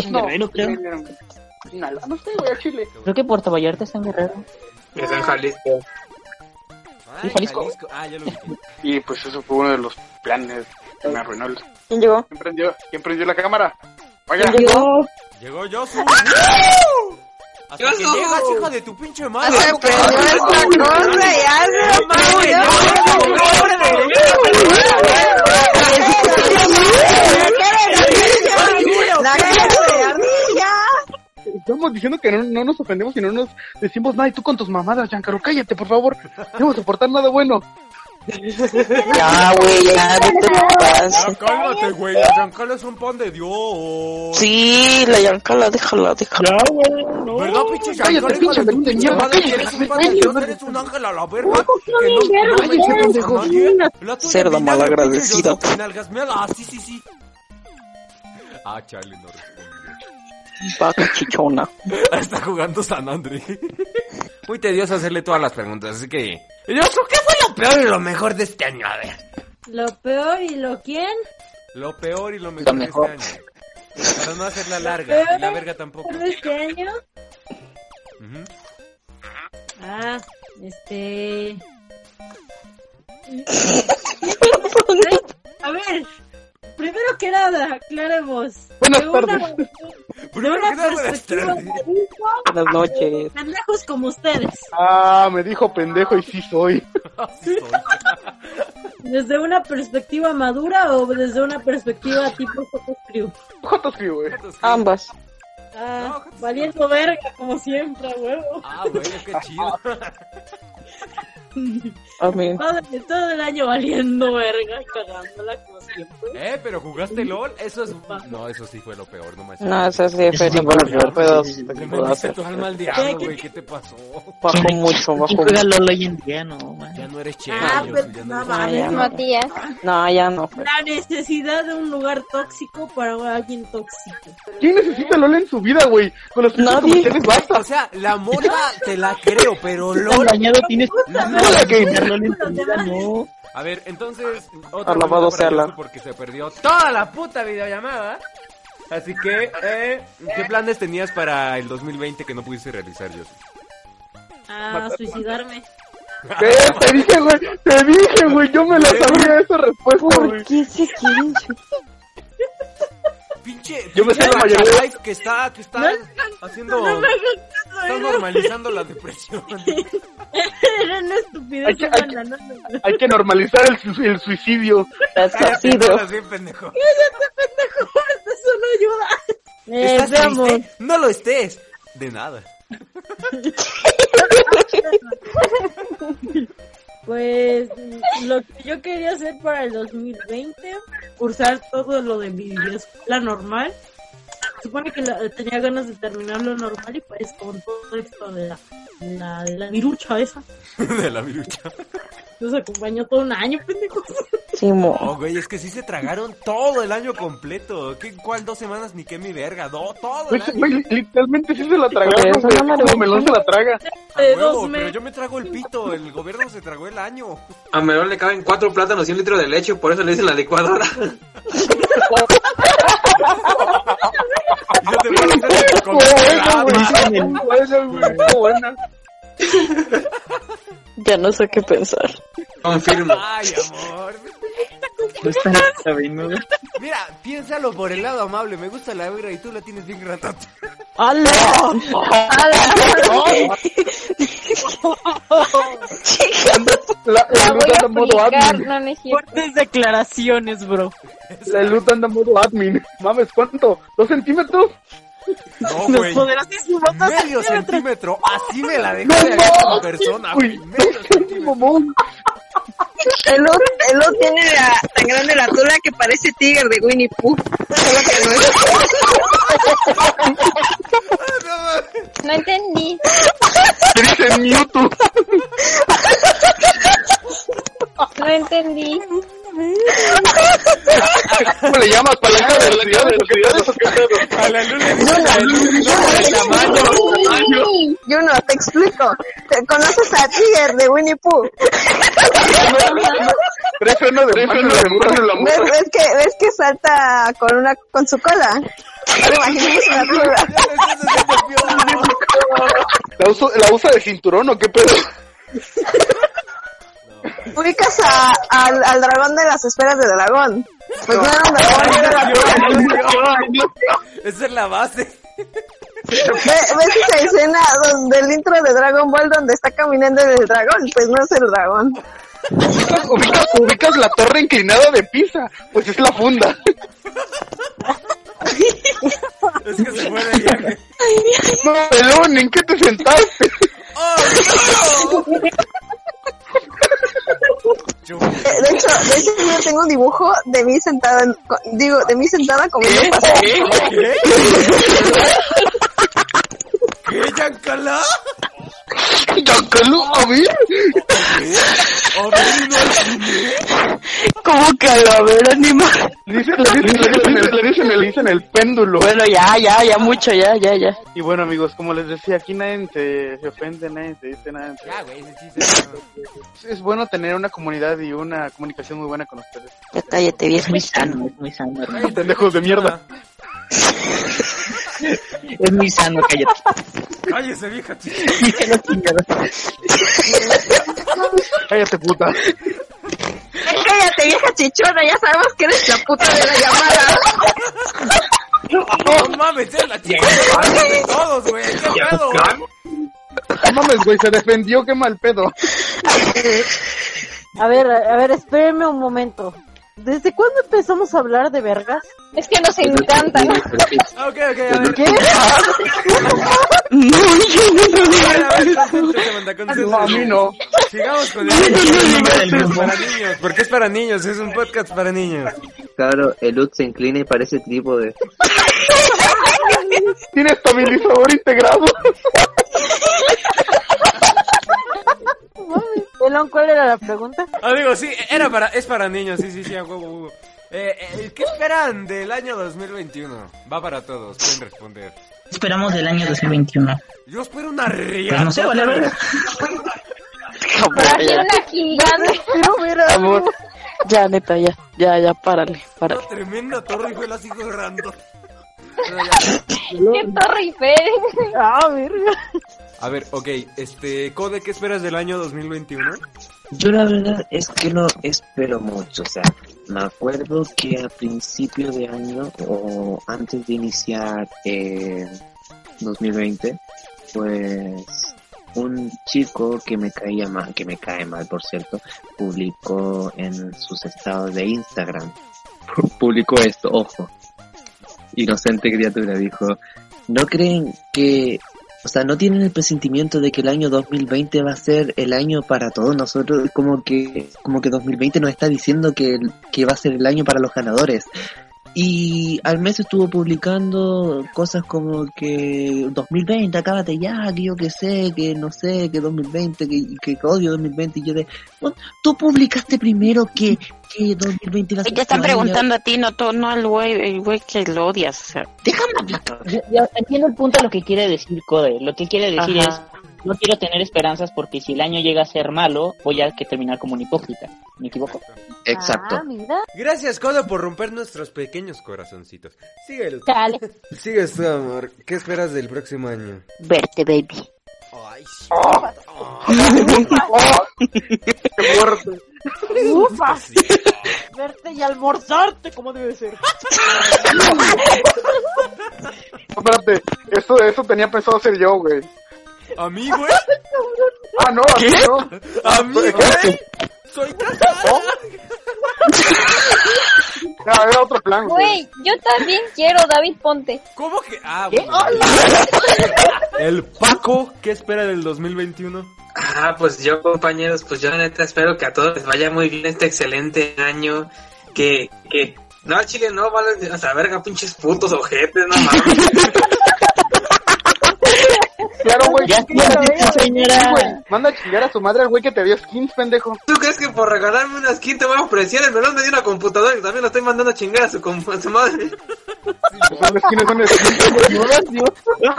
[SPEAKER 2] no,
[SPEAKER 5] Guerrero, creo.
[SPEAKER 2] eh, Sinaloa, no sé, güey, a Chile.
[SPEAKER 5] Creo que Puerto Vallarta está en Guerrero.
[SPEAKER 4] Es en Jalisco.
[SPEAKER 3] Ay,
[SPEAKER 5] Jalisco?
[SPEAKER 3] Ah, ya lo vi.
[SPEAKER 2] Y pues eso fue uno de los planes que me arruinó. el-
[SPEAKER 15] ¿Quién llegó?
[SPEAKER 2] ¿Quién prendió, quién prendió la cámara? Vaya.
[SPEAKER 15] Llegó.
[SPEAKER 3] Llegó Yosu. Hasta
[SPEAKER 2] ¡Yosu!
[SPEAKER 3] que llegas, hijo de tu pinche madre.
[SPEAKER 1] Se prendió esta cosa y hace
[SPEAKER 2] La Estamos diciendo que no, no nos ofendemos y no nos decimos nada. Y tú con tus mamadas, Giancarlo, cállate, por favor. No vamos a aportar nada bueno.
[SPEAKER 15] Ya, güey, ya, no te lo
[SPEAKER 3] Ya,
[SPEAKER 15] pases.
[SPEAKER 3] cálmate, güey. La Giancarlo es un pan de Dios.
[SPEAKER 15] Sí, la Yancala, déjala, déjala.
[SPEAKER 3] ¿Verdad, pinche
[SPEAKER 15] Cállate,
[SPEAKER 3] Giancarlo? hijo
[SPEAKER 15] pinche
[SPEAKER 3] de tu
[SPEAKER 15] menú de
[SPEAKER 3] pinche
[SPEAKER 15] mierda,
[SPEAKER 3] madre?
[SPEAKER 15] cállate,
[SPEAKER 3] Eres un pan de
[SPEAKER 15] cállate.
[SPEAKER 3] Dios, eres un ángel a la verga. Que
[SPEAKER 15] bien,
[SPEAKER 3] no-
[SPEAKER 15] verga,
[SPEAKER 3] no me
[SPEAKER 15] cállate,
[SPEAKER 3] llevas con nadie. La tuya,
[SPEAKER 15] Cerda
[SPEAKER 3] mi madre,
[SPEAKER 15] malagradecida.
[SPEAKER 3] pinche Yosu, nalgasmeada. Ah, sí, sí, sí. Ah, chale, no respondió.
[SPEAKER 15] Vaca chichona.
[SPEAKER 3] *laughs* Está jugando San André. Muy tedioso hacerle todas las preguntas, así que... Yosu, ¿qué fue lo peor y lo mejor de este año? A ver.
[SPEAKER 19] Lo peor y lo quién.
[SPEAKER 3] Lo peor y lo mejor,
[SPEAKER 15] mejor.
[SPEAKER 3] de este año. Para no hacerla larga, y la verga tampoco.
[SPEAKER 19] ¿Por este año?
[SPEAKER 3] Ujú.
[SPEAKER 19] Ah, este. A ver, primero que nada, aclaremos.
[SPEAKER 15] Buenas
[SPEAKER 19] De una-
[SPEAKER 15] tardes.
[SPEAKER 19] De una perspectiva
[SPEAKER 15] tardes.
[SPEAKER 19] de adulto,
[SPEAKER 15] Buenas noches.
[SPEAKER 19] tan lejos como ustedes.
[SPEAKER 2] Ah, me dijo pendejo y sí soy. *laughs*
[SPEAKER 19] ¿Desde una perspectiva madura o desde una perspectiva tipo Soto Crew?
[SPEAKER 2] Jotos Crew, güey.
[SPEAKER 15] Ambas.
[SPEAKER 19] Ah, valiendo verga, como siempre, a huevo.
[SPEAKER 3] Ah, güey, qué chido.
[SPEAKER 15] Amén.
[SPEAKER 19] Todo, todo el año valiendo verga y cagándola como siempre.
[SPEAKER 3] ¿Eh? ¿Pero jugaste LOL? Eso es... No, eso sí fue lo peor, no manches.
[SPEAKER 15] No, eso sí fue lo peor que puedo, que
[SPEAKER 3] Le
[SPEAKER 15] puedo
[SPEAKER 3] metiste
[SPEAKER 15] hacer.
[SPEAKER 3] tu alma al diablo, güey. ¿Qué te pasó?
[SPEAKER 15] Bajo mucho, bajo
[SPEAKER 5] ¿Quién juega
[SPEAKER 15] mucho.
[SPEAKER 5] LOL hoy en día, no, man?
[SPEAKER 3] Ya no eres che.
[SPEAKER 19] Ah,
[SPEAKER 3] yo-
[SPEAKER 19] pero
[SPEAKER 3] yo
[SPEAKER 19] no
[SPEAKER 3] no-
[SPEAKER 19] mames.
[SPEAKER 7] Matías.
[SPEAKER 15] No, ya no. fue.
[SPEAKER 19] La necesidad de un lugar tóxico para alguien tóxico.
[SPEAKER 2] ¿Quién necesita LOL en su vida, güey? Con los pinches comerciales basta.
[SPEAKER 3] O sea, la *laughs* mota te la creo, pero LOL...
[SPEAKER 5] tienes... *laughs*
[SPEAKER 2] Hola, gamer.
[SPEAKER 5] no.
[SPEAKER 3] A ver, entonces, otra
[SPEAKER 15] Alabado
[SPEAKER 3] pregunta
[SPEAKER 15] sea
[SPEAKER 3] para
[SPEAKER 15] la-
[SPEAKER 3] Yosu, porque se perdió toda la puta videollamada. Así que, eh, ¿qué planes tenías para el 2020 que no pudiste realizar, Yosu?
[SPEAKER 19] A Ah, suicidarme.
[SPEAKER 2] Eh, te dije, güey, te dije, güey, yo me la sabía esa respuesta, güey.
[SPEAKER 15] qué se quieren chutar?
[SPEAKER 3] Pinche,
[SPEAKER 2] Yo me sé la
[SPEAKER 3] pinche
[SPEAKER 2] mayoría.
[SPEAKER 3] Herbalife que está, que está haciendo, está normalizando la *laughs* depresión.
[SPEAKER 19] Era una estupidez
[SPEAKER 2] Hay que- hay
[SPEAKER 19] humana, no, no, no.
[SPEAKER 2] Hay que normalizar el, su- el suicidio.
[SPEAKER 3] Cállate, estás bien pendejo.
[SPEAKER 19] Cállate, pendejo, esto solo ayuda. Eh,
[SPEAKER 3] ¿Estás
[SPEAKER 19] veamos.
[SPEAKER 3] triste? No lo estés. De nada. *laughs*
[SPEAKER 19] Pues lo que yo quería hacer para el 2020, cursar todo lo de mi la normal. Supone que la- tenía ganas de terminar lo normal y pues con todo esto de la, la, de la virucha esa.
[SPEAKER 3] De la virucha.
[SPEAKER 19] Nos acompañó todo un año, pendejos.
[SPEAKER 3] Oh, güey, es que sí se tragaron todo el año completo. ¿Qué, ¿Cuál dos semanas ni qué mi verga? Do- todo el
[SPEAKER 2] Güey,
[SPEAKER 3] año.
[SPEAKER 2] Pues, güey, li- literalmente sí se la tragaron,
[SPEAKER 15] Eso
[SPEAKER 2] güey.
[SPEAKER 15] no me
[SPEAKER 2] Como
[SPEAKER 15] lo-
[SPEAKER 2] melón se la traga.
[SPEAKER 3] A huevo,
[SPEAKER 19] dos
[SPEAKER 3] pero yo me trago el pito. El gobierno se tragó el año.
[SPEAKER 4] A Melón le caben cuatro plátanos y un litro de leche, por eso le dicen la licuadora. *laughs*
[SPEAKER 3] Y yo te voy a hacer el
[SPEAKER 2] Muy bueno,
[SPEAKER 3] comercial.
[SPEAKER 2] güey. Muy bueno, güey. Muy buena.
[SPEAKER 15] Ya no sé qué pensar.
[SPEAKER 4] Confirmo.
[SPEAKER 3] Ay, amor.
[SPEAKER 5] sabiendo.
[SPEAKER 3] Mira, piénsalo por el lado amable. Me gusta la verga y tú la tienes bien grandota.
[SPEAKER 15] *laughs* ¡Hala!
[SPEAKER 2] La, la
[SPEAKER 7] La
[SPEAKER 2] luz
[SPEAKER 7] voy a
[SPEAKER 2] anda en modo
[SPEAKER 7] aplicar,
[SPEAKER 2] admin.
[SPEAKER 7] no, no es cierto.
[SPEAKER 5] Fuertes declaraciones, bro.
[SPEAKER 2] La luz anda en modo admin. Mames, ¿cuánto? ¿Dos centímetros?
[SPEAKER 3] No,
[SPEAKER 5] Nos
[SPEAKER 3] güey.
[SPEAKER 5] podrás desnudar dos
[SPEAKER 3] Medio
[SPEAKER 5] centímetros.
[SPEAKER 3] centímetro. Así me la dejó
[SPEAKER 2] No,
[SPEAKER 3] de ver
[SPEAKER 2] no,
[SPEAKER 3] como persona. güey.
[SPEAKER 2] Uy,
[SPEAKER 3] Medio centímetro.
[SPEAKER 2] mamón.
[SPEAKER 1] El Ot, el Ot tiene la, tan grande la tula que parece tigre de Winnie Pooh. Solo que no es.
[SPEAKER 7] No entendí.
[SPEAKER 2] ¿Qué dice Mewtwo?
[SPEAKER 7] No entendí.
[SPEAKER 2] ¿Cómo le llamas? ¿Palanca de realidades o qué pedo? ¿Qué pedo?
[SPEAKER 3] A la luna le
[SPEAKER 1] Yo no, te explico. Te- conoces a Tiger de Winnie Pooh.
[SPEAKER 2] Tres frenos de mano, de mano, la
[SPEAKER 1] ¿Ves, ves que, ¿Ves que salta con una con su cola? Me imagino que es una tula.
[SPEAKER 2] ¿La, uso, ¿La usa de cinturón o qué pedo?
[SPEAKER 1] Ubicas a, al, al dragón de las esferas de dragón. Pues no era un dragón, era una tula.
[SPEAKER 3] Esa es la base.
[SPEAKER 1] Ve- ¿Ves esa escena donde el intro de Dragon Ball donde está caminando el dragón? Pues no es el dragón.
[SPEAKER 2] ubicas, ubicas la torre inclinada de Pisa, pues es la funda.
[SPEAKER 3] Es que se fue de viaje.
[SPEAKER 2] No, pelón, ¿en qué te sentaste?
[SPEAKER 3] Chupa.
[SPEAKER 1] Eh, De hecho, de hecho yo tengo un dibujo de mí sentada, en- co- digo, de mí sentada comiendo pastel.
[SPEAKER 3] ¿Qué? ¿Qué, Yancalá?
[SPEAKER 2] Chacalú, a ver.
[SPEAKER 3] A ver, no es cine.
[SPEAKER 15] Como calavera, ni más.
[SPEAKER 2] Le dicen, le dicen, le dicen, le dicen, le dicen el péndulo.
[SPEAKER 15] Bueno, ya, ya, ya mucho, ya, ya, ya.
[SPEAKER 9] Y bueno, amigos, como les decía, aquí nadie se, se ofende, nadie se dice nada.
[SPEAKER 3] Ya, güey, ese chiste.
[SPEAKER 9] Es, es bueno tener una comunidad y una comunicación muy buena con ustedes.
[SPEAKER 8] Ya cállate,
[SPEAKER 5] Es
[SPEAKER 8] viejo.
[SPEAKER 5] muy sano, es muy sano, hermano.
[SPEAKER 3] Güey,
[SPEAKER 2] Pendejos de mierda.
[SPEAKER 5] Es muy sano, cállate.
[SPEAKER 3] Cállese, vieja chiste.
[SPEAKER 5] *laughs*
[SPEAKER 2] Cállate, puta.
[SPEAKER 1] Cállate, vieja chichona, ya sabemos que eres la puta de la llamada.
[SPEAKER 3] No mames, es la chica más grande de todos, güey. ¿Qué pedo?
[SPEAKER 2] No mames, güey, se defendió, qué mal pedo.
[SPEAKER 19] A ver, a ver, espérenme un momento. ¿Desde cuándo empezamos a hablar de vergas?
[SPEAKER 7] Es que nos encanta.
[SPEAKER 3] Ah, Ok, ok, a ver.
[SPEAKER 19] ¿Qué?
[SPEAKER 3] A ver, a ver, concéntrese, manda la
[SPEAKER 2] No, a mí no.
[SPEAKER 3] Sigamos con
[SPEAKER 2] No, no,
[SPEAKER 3] el
[SPEAKER 2] no, no, no.
[SPEAKER 3] para niños, porque es para niños, es un podcast para niños.
[SPEAKER 11] Claro, el Ut se inclina y parece trípode.
[SPEAKER 2] Tiene estabilizador integrado.
[SPEAKER 20] Pelón, ¿cuál era la pregunta?
[SPEAKER 3] Ah, digo, sí, era para, es para niños, sí, sí, sí, a huevo, huevo. Eh, eh, ¿Qué esperan del año 2021? Va para todos, pueden responder.
[SPEAKER 21] Esperamos del año 2021.
[SPEAKER 3] Yo espero una riata.
[SPEAKER 21] Pues no sé, vale,
[SPEAKER 5] *laughs*
[SPEAKER 21] verga.
[SPEAKER 20] Amor, ya, neta, ya, ya, ya, párale, párale.
[SPEAKER 3] Tremenda torre y fue la sigo agarrando.
[SPEAKER 7] ¡Qué torre Eiffel!
[SPEAKER 20] ¡Ah, verga!
[SPEAKER 3] A ver, ok, este, Code, ¿qué esperas del año 2021?
[SPEAKER 11] Yo la verdad es que lo espero mucho, o sea, me acuerdo que a principio de año o antes de iniciar eh, 2020, pues un chico que me caía mal, que me cae mal por cierto, publicó en sus estados de Instagram, *laughs* publicó esto, ojo, inocente criatura, dijo, ¿no creen que, o sea, no tienen el presentimiento de que el año 2020 va a ser el año para todos nosotros? Como que, como que 2020 nos está diciendo que, el- que va a ser el año para los ganadores. Y al mes estuvo publicando cosas como que 2020, acábate ya, que yo que sé, que no sé, que 2020, que, que odio 2020. Y yo de, "Bueno, tú publicaste primero que, que 2020 va a ser
[SPEAKER 8] Te están
[SPEAKER 11] tu año".
[SPEAKER 8] preguntando a ti, no, tú, no al güey, el güey que lo odias. O sea, déjame hablar.
[SPEAKER 5] Ya- ya entiendo el punto de lo que quiere decir Code. Lo que quiere decir
[SPEAKER 8] Ajá.
[SPEAKER 5] es, no quiero tener esperanzas porque si el año llega a ser malo, voy a que terminar como un hipócrita. ¿Me equivoco?
[SPEAKER 11] Exacto.
[SPEAKER 3] Gracias, Codo, por romper nuestros pequeños corazoncitos. Síguelo.
[SPEAKER 8] Dale.
[SPEAKER 3] Sigues tú, amor. ¿Qué esperas del próximo año?
[SPEAKER 8] Verte, baby.
[SPEAKER 3] Ay, sí.
[SPEAKER 2] Oh, ¡Qué fuerte!
[SPEAKER 20] ¡Ufa! Verte y almorzarte como debe ser.
[SPEAKER 2] Espérate, eso, eso tenía pensado hacer yo, güey.
[SPEAKER 3] ¿A mí, güey?
[SPEAKER 2] Ah, no,
[SPEAKER 3] ¿Qué?
[SPEAKER 2] no.
[SPEAKER 3] ¿A mí, güey? Soy casado.
[SPEAKER 2] Ya, era otro plan, güey.
[SPEAKER 7] Güey, yo también quiero, David Ponte.
[SPEAKER 3] ¿Cómo que? Ah, bueno.
[SPEAKER 7] ¡Hola!
[SPEAKER 3] El Paco, ¿qué espera del 2021?
[SPEAKER 4] Ah, pues yo, compañeros, pues yo la neta espero que a todos les vaya muy bien este excelente año. Que, que, no, al Chile, no, vale, o sea, verga, pinches putos ojetes, no mames.
[SPEAKER 2] Claro, güey.
[SPEAKER 4] Ya
[SPEAKER 2] Sí, güey,
[SPEAKER 4] estuvo,
[SPEAKER 2] sí,
[SPEAKER 4] señora.
[SPEAKER 2] güey. Manda a chingar a su madre al güey que te dio skins, pendejo.
[SPEAKER 4] ¿Tú crees que por regalarme una skin te voy a ofrecer? El melón me dio una computadora y también lo estoy mandando a chingar a su, com- a su madre.
[SPEAKER 2] Son skins, son skins.
[SPEAKER 3] *laughs*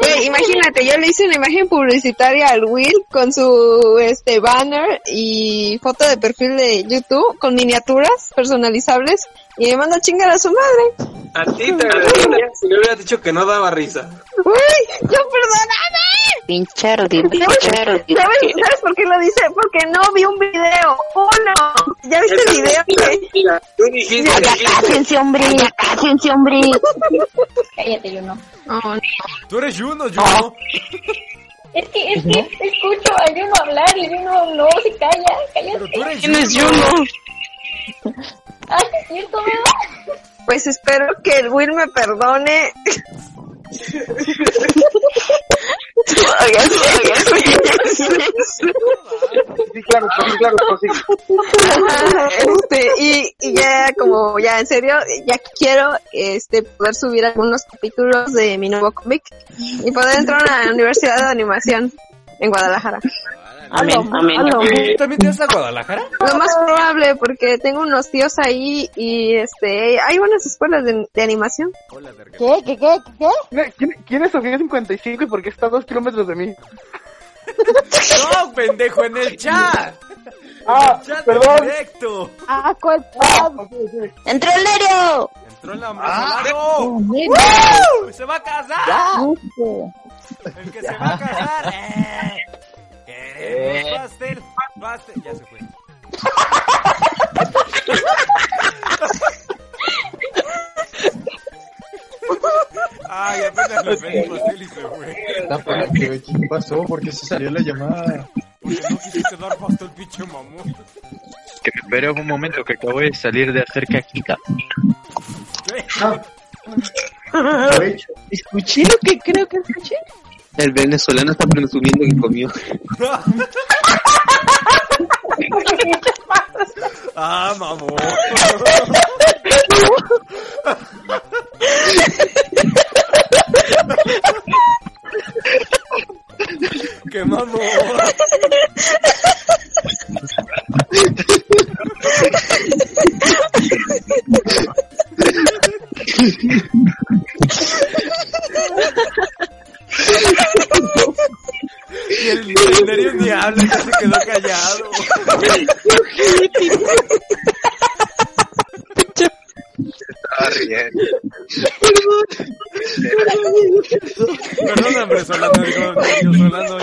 [SPEAKER 1] Güey, imagínate, yo le hice una imagen publicitaria al Will con su este banner y foto de perfil de YouTube con miniaturas personalizables y me manda a chingar a su madre.
[SPEAKER 4] A ti te agradecería si le hubiera dicho que no daba risa.
[SPEAKER 1] Uy, yo perdóname.
[SPEAKER 8] Pinche Rudy,
[SPEAKER 1] ¿Sabes,
[SPEAKER 8] pinche Rudy.
[SPEAKER 1] sabes- sabes por qué lo dice? Porque no vi un video. Uno. ¿Ya viste el video?
[SPEAKER 4] Mira, tú dijiste.
[SPEAKER 8] Ya cásense, hombre, ya cásense, hombre.
[SPEAKER 7] Cállate, yo no.
[SPEAKER 3] Tú eres Juno, Juno.
[SPEAKER 7] Es que, es que escucho a Juno hablar y Juno habló, se calla, cállate.
[SPEAKER 3] Tú eres
[SPEAKER 7] ¿Quién es
[SPEAKER 3] Juno.
[SPEAKER 7] Ay, es cierto, ¿verdad?
[SPEAKER 1] Pues espero que el Will me perdone. *laughs*
[SPEAKER 2] Sí, claro, sí, claro, sí.
[SPEAKER 1] este, y, y ya como ya en serio, ya quiero este poder subir algunos capítulos de mi nuevo cómic y poder entrar a la Universidad de Animación en Guadalajara.
[SPEAKER 5] Amén, amén.
[SPEAKER 3] ¿Tú también te vas a Guadalajara?
[SPEAKER 1] Lo más probable porque tengo unos tíos ahí y este hay unas escuelas de, de animación.
[SPEAKER 20] ¿Qué? ¿Qué? ¿Qué? ¿Qué?
[SPEAKER 2] ¿Quién, quién es Sofía 55 y por qué está a dos kilómetros de mí?
[SPEAKER 3] No, pendejo, en el chat.
[SPEAKER 2] Ah,
[SPEAKER 3] Chat
[SPEAKER 2] perdón.
[SPEAKER 3] directo.
[SPEAKER 20] Ah, ¿cuál?
[SPEAKER 8] ¡Entró el Nereo!
[SPEAKER 3] Entró en la mesa. ¡No! ¡Se va a casar! El que se va a casar. Eh. Queremos pastel, pastel. Ya se fue. Ay, apenas lo pedí pastel y se fue.
[SPEAKER 9] ¿Qué pasó? ¿Por qué se salió la llamada?
[SPEAKER 3] Porque no quisiste dar pastel, pinche mamón.
[SPEAKER 22] Que me espere un momento que acabo de salir de hacer caquita.
[SPEAKER 9] Escuché lo que creo que escuché.
[SPEAKER 11] El venezolano está presumiendo que comió.
[SPEAKER 3] Ah, mamón. Qué mamón. Y el legendario ni habla, ya se quedó callado.
[SPEAKER 13] Estaba riendo.
[SPEAKER 3] Perdón, hombre, Solano, digo, yo Solano.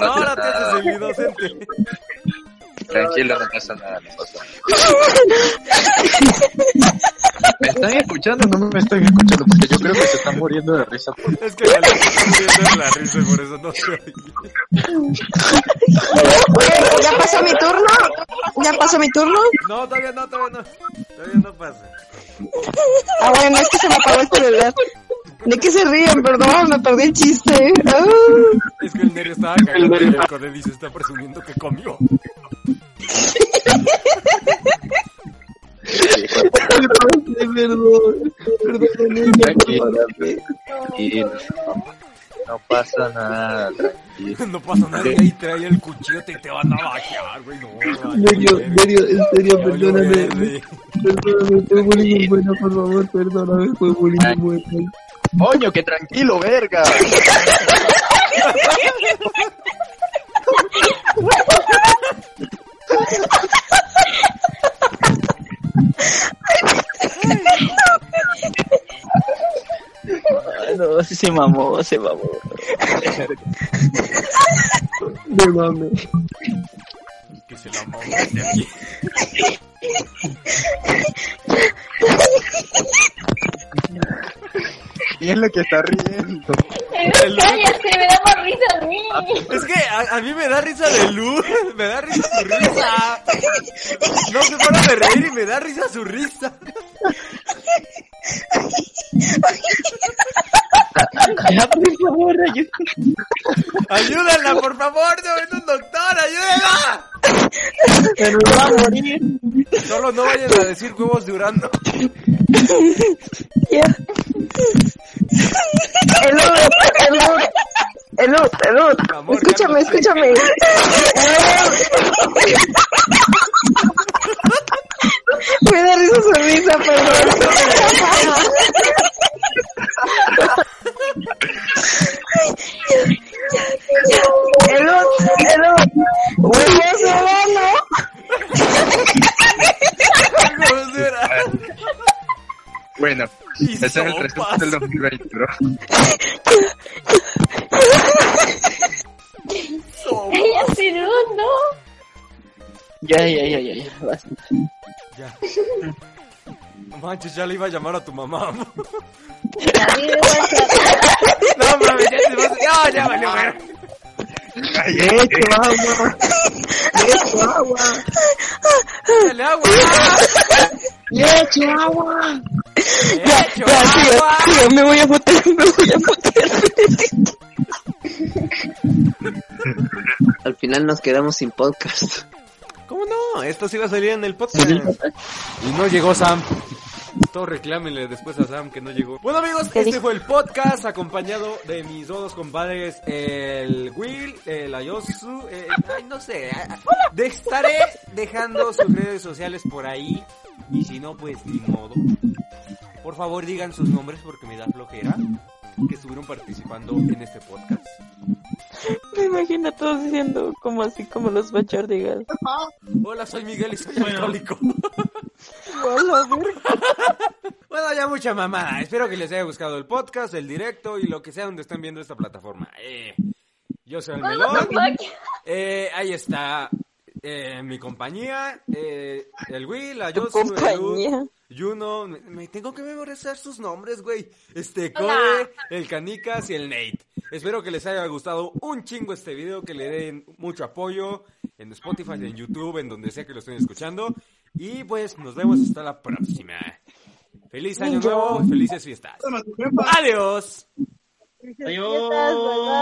[SPEAKER 13] No, no te haces el inocente. Tranquilo, no pasa nada, no pasa nada.
[SPEAKER 22] ¿Me están escuchando o no me están escuchando? Porque yo creo que se están muriendo de risa.
[SPEAKER 3] Es que vale, estoy la risa, por eso no se oye.
[SPEAKER 1] ¿Ya pasó mi turno? ¿Ya pasó mi turno?
[SPEAKER 3] No, todavía no, todavía no. Todavía no pasa.
[SPEAKER 1] Ah, bueno, es que se me apagó el celular. ¿De qué se ríen? Perdón, me perdí el chiste. Ah.
[SPEAKER 3] Es que el Nerio estaba cagando y el Code dice está presumiendo que comió. *laughs*
[SPEAKER 13] Perdón, perdón,
[SPEAKER 22] Tranquilo, tranquilo. No pasa nada, tranquilo.
[SPEAKER 3] No pasa nada y ahí trae el cuchillo y te van a bajear, güey. No,
[SPEAKER 13] Nerio, Nerio, en serio, perdóname. Perdóname, fue bullying bueno, por favor, perdóname, fue bullying bueno.
[SPEAKER 22] Coño, que tranquilo, verga.
[SPEAKER 5] Ah, no, sí se mamó, se mamó.
[SPEAKER 13] No mames.
[SPEAKER 3] Que se la mamó de aquí.
[SPEAKER 9] Y es lo que está riendo.
[SPEAKER 7] Cállate, me da más risa a mí.
[SPEAKER 3] Es que a, a mí me da risa de luz, *laughs* me da risa su risa. No se para de reír y me da risa su risa.
[SPEAKER 5] Ya, por favor, ayú-
[SPEAKER 3] Ayúdala, por favor, no un doctor, ayúdala.
[SPEAKER 5] Pero va a morir.
[SPEAKER 3] Solo no vayan a decir huevos de Urano.
[SPEAKER 1] Elud, Elud, Elud, Elud. Escúchame, escúchame. Elud. Me da risa su risa, perdón. Elud, Elud. Huevos de Urano.
[SPEAKER 3] Huevos de Urano.
[SPEAKER 22] Bueno, ese es el resumen del 2020, bro.
[SPEAKER 7] Cállate, no, no.
[SPEAKER 5] Ya, ya, ya, ya, ya. basta.
[SPEAKER 3] Ya. No manches, ya le iba a llamar a tu mamá. No mames, ya te vas a... Ya, ya, vale, bueno.
[SPEAKER 13] Echo agua. Echo agua.
[SPEAKER 3] Dale agua.
[SPEAKER 13] Echo agua.
[SPEAKER 3] Ya,
[SPEAKER 13] ya, sí, ya, me voy a botar, me voy a
[SPEAKER 11] Al final nos quedamos sin podcast.
[SPEAKER 3] ¿Cómo no? Esto sí iba a salir en el podcast. Y no llegó Sam. Todos reclámenle después a Sam que no llegó. Bueno amigos, este fue el podcast acompañado de mis dos compadres, el Will, el Ayosu, eh, ay, no sé. ah, ah. De- estaré dejando sus redes sociales por ahí y si no, pues ni modo. Por favor digan sus nombres porque me da flojera que estuvieron participando en este podcast.
[SPEAKER 15] Me imagino a todos diciendo como así como los bachardigas.
[SPEAKER 3] Hola, soy Miguel y soy alcohólico. *laughs* Bueno, ya mucha mamada. Espero que les haya gustado el podcast, el directo y lo que sea donde estén viendo esta plataforma. Eh, yo soy el melón. Eh, ahí está eh, mi compañía, eh, el Will, la Josu, el
[SPEAKER 15] compañía.
[SPEAKER 3] Lu, Juno. Me, me tengo que memorizar sus nombres, güey. Este Code, el Canicas y el Nate. Espero que les haya gustado un chingo este video, que le den mucho apoyo en Spotify, en YouTube, en donde sea que lo estén escuchando. Y pues nos vemos hasta la próxima. Feliz año
[SPEAKER 9] Mucho.
[SPEAKER 3] nuevo, felices fiestas. Adiós.
[SPEAKER 20] Adiós.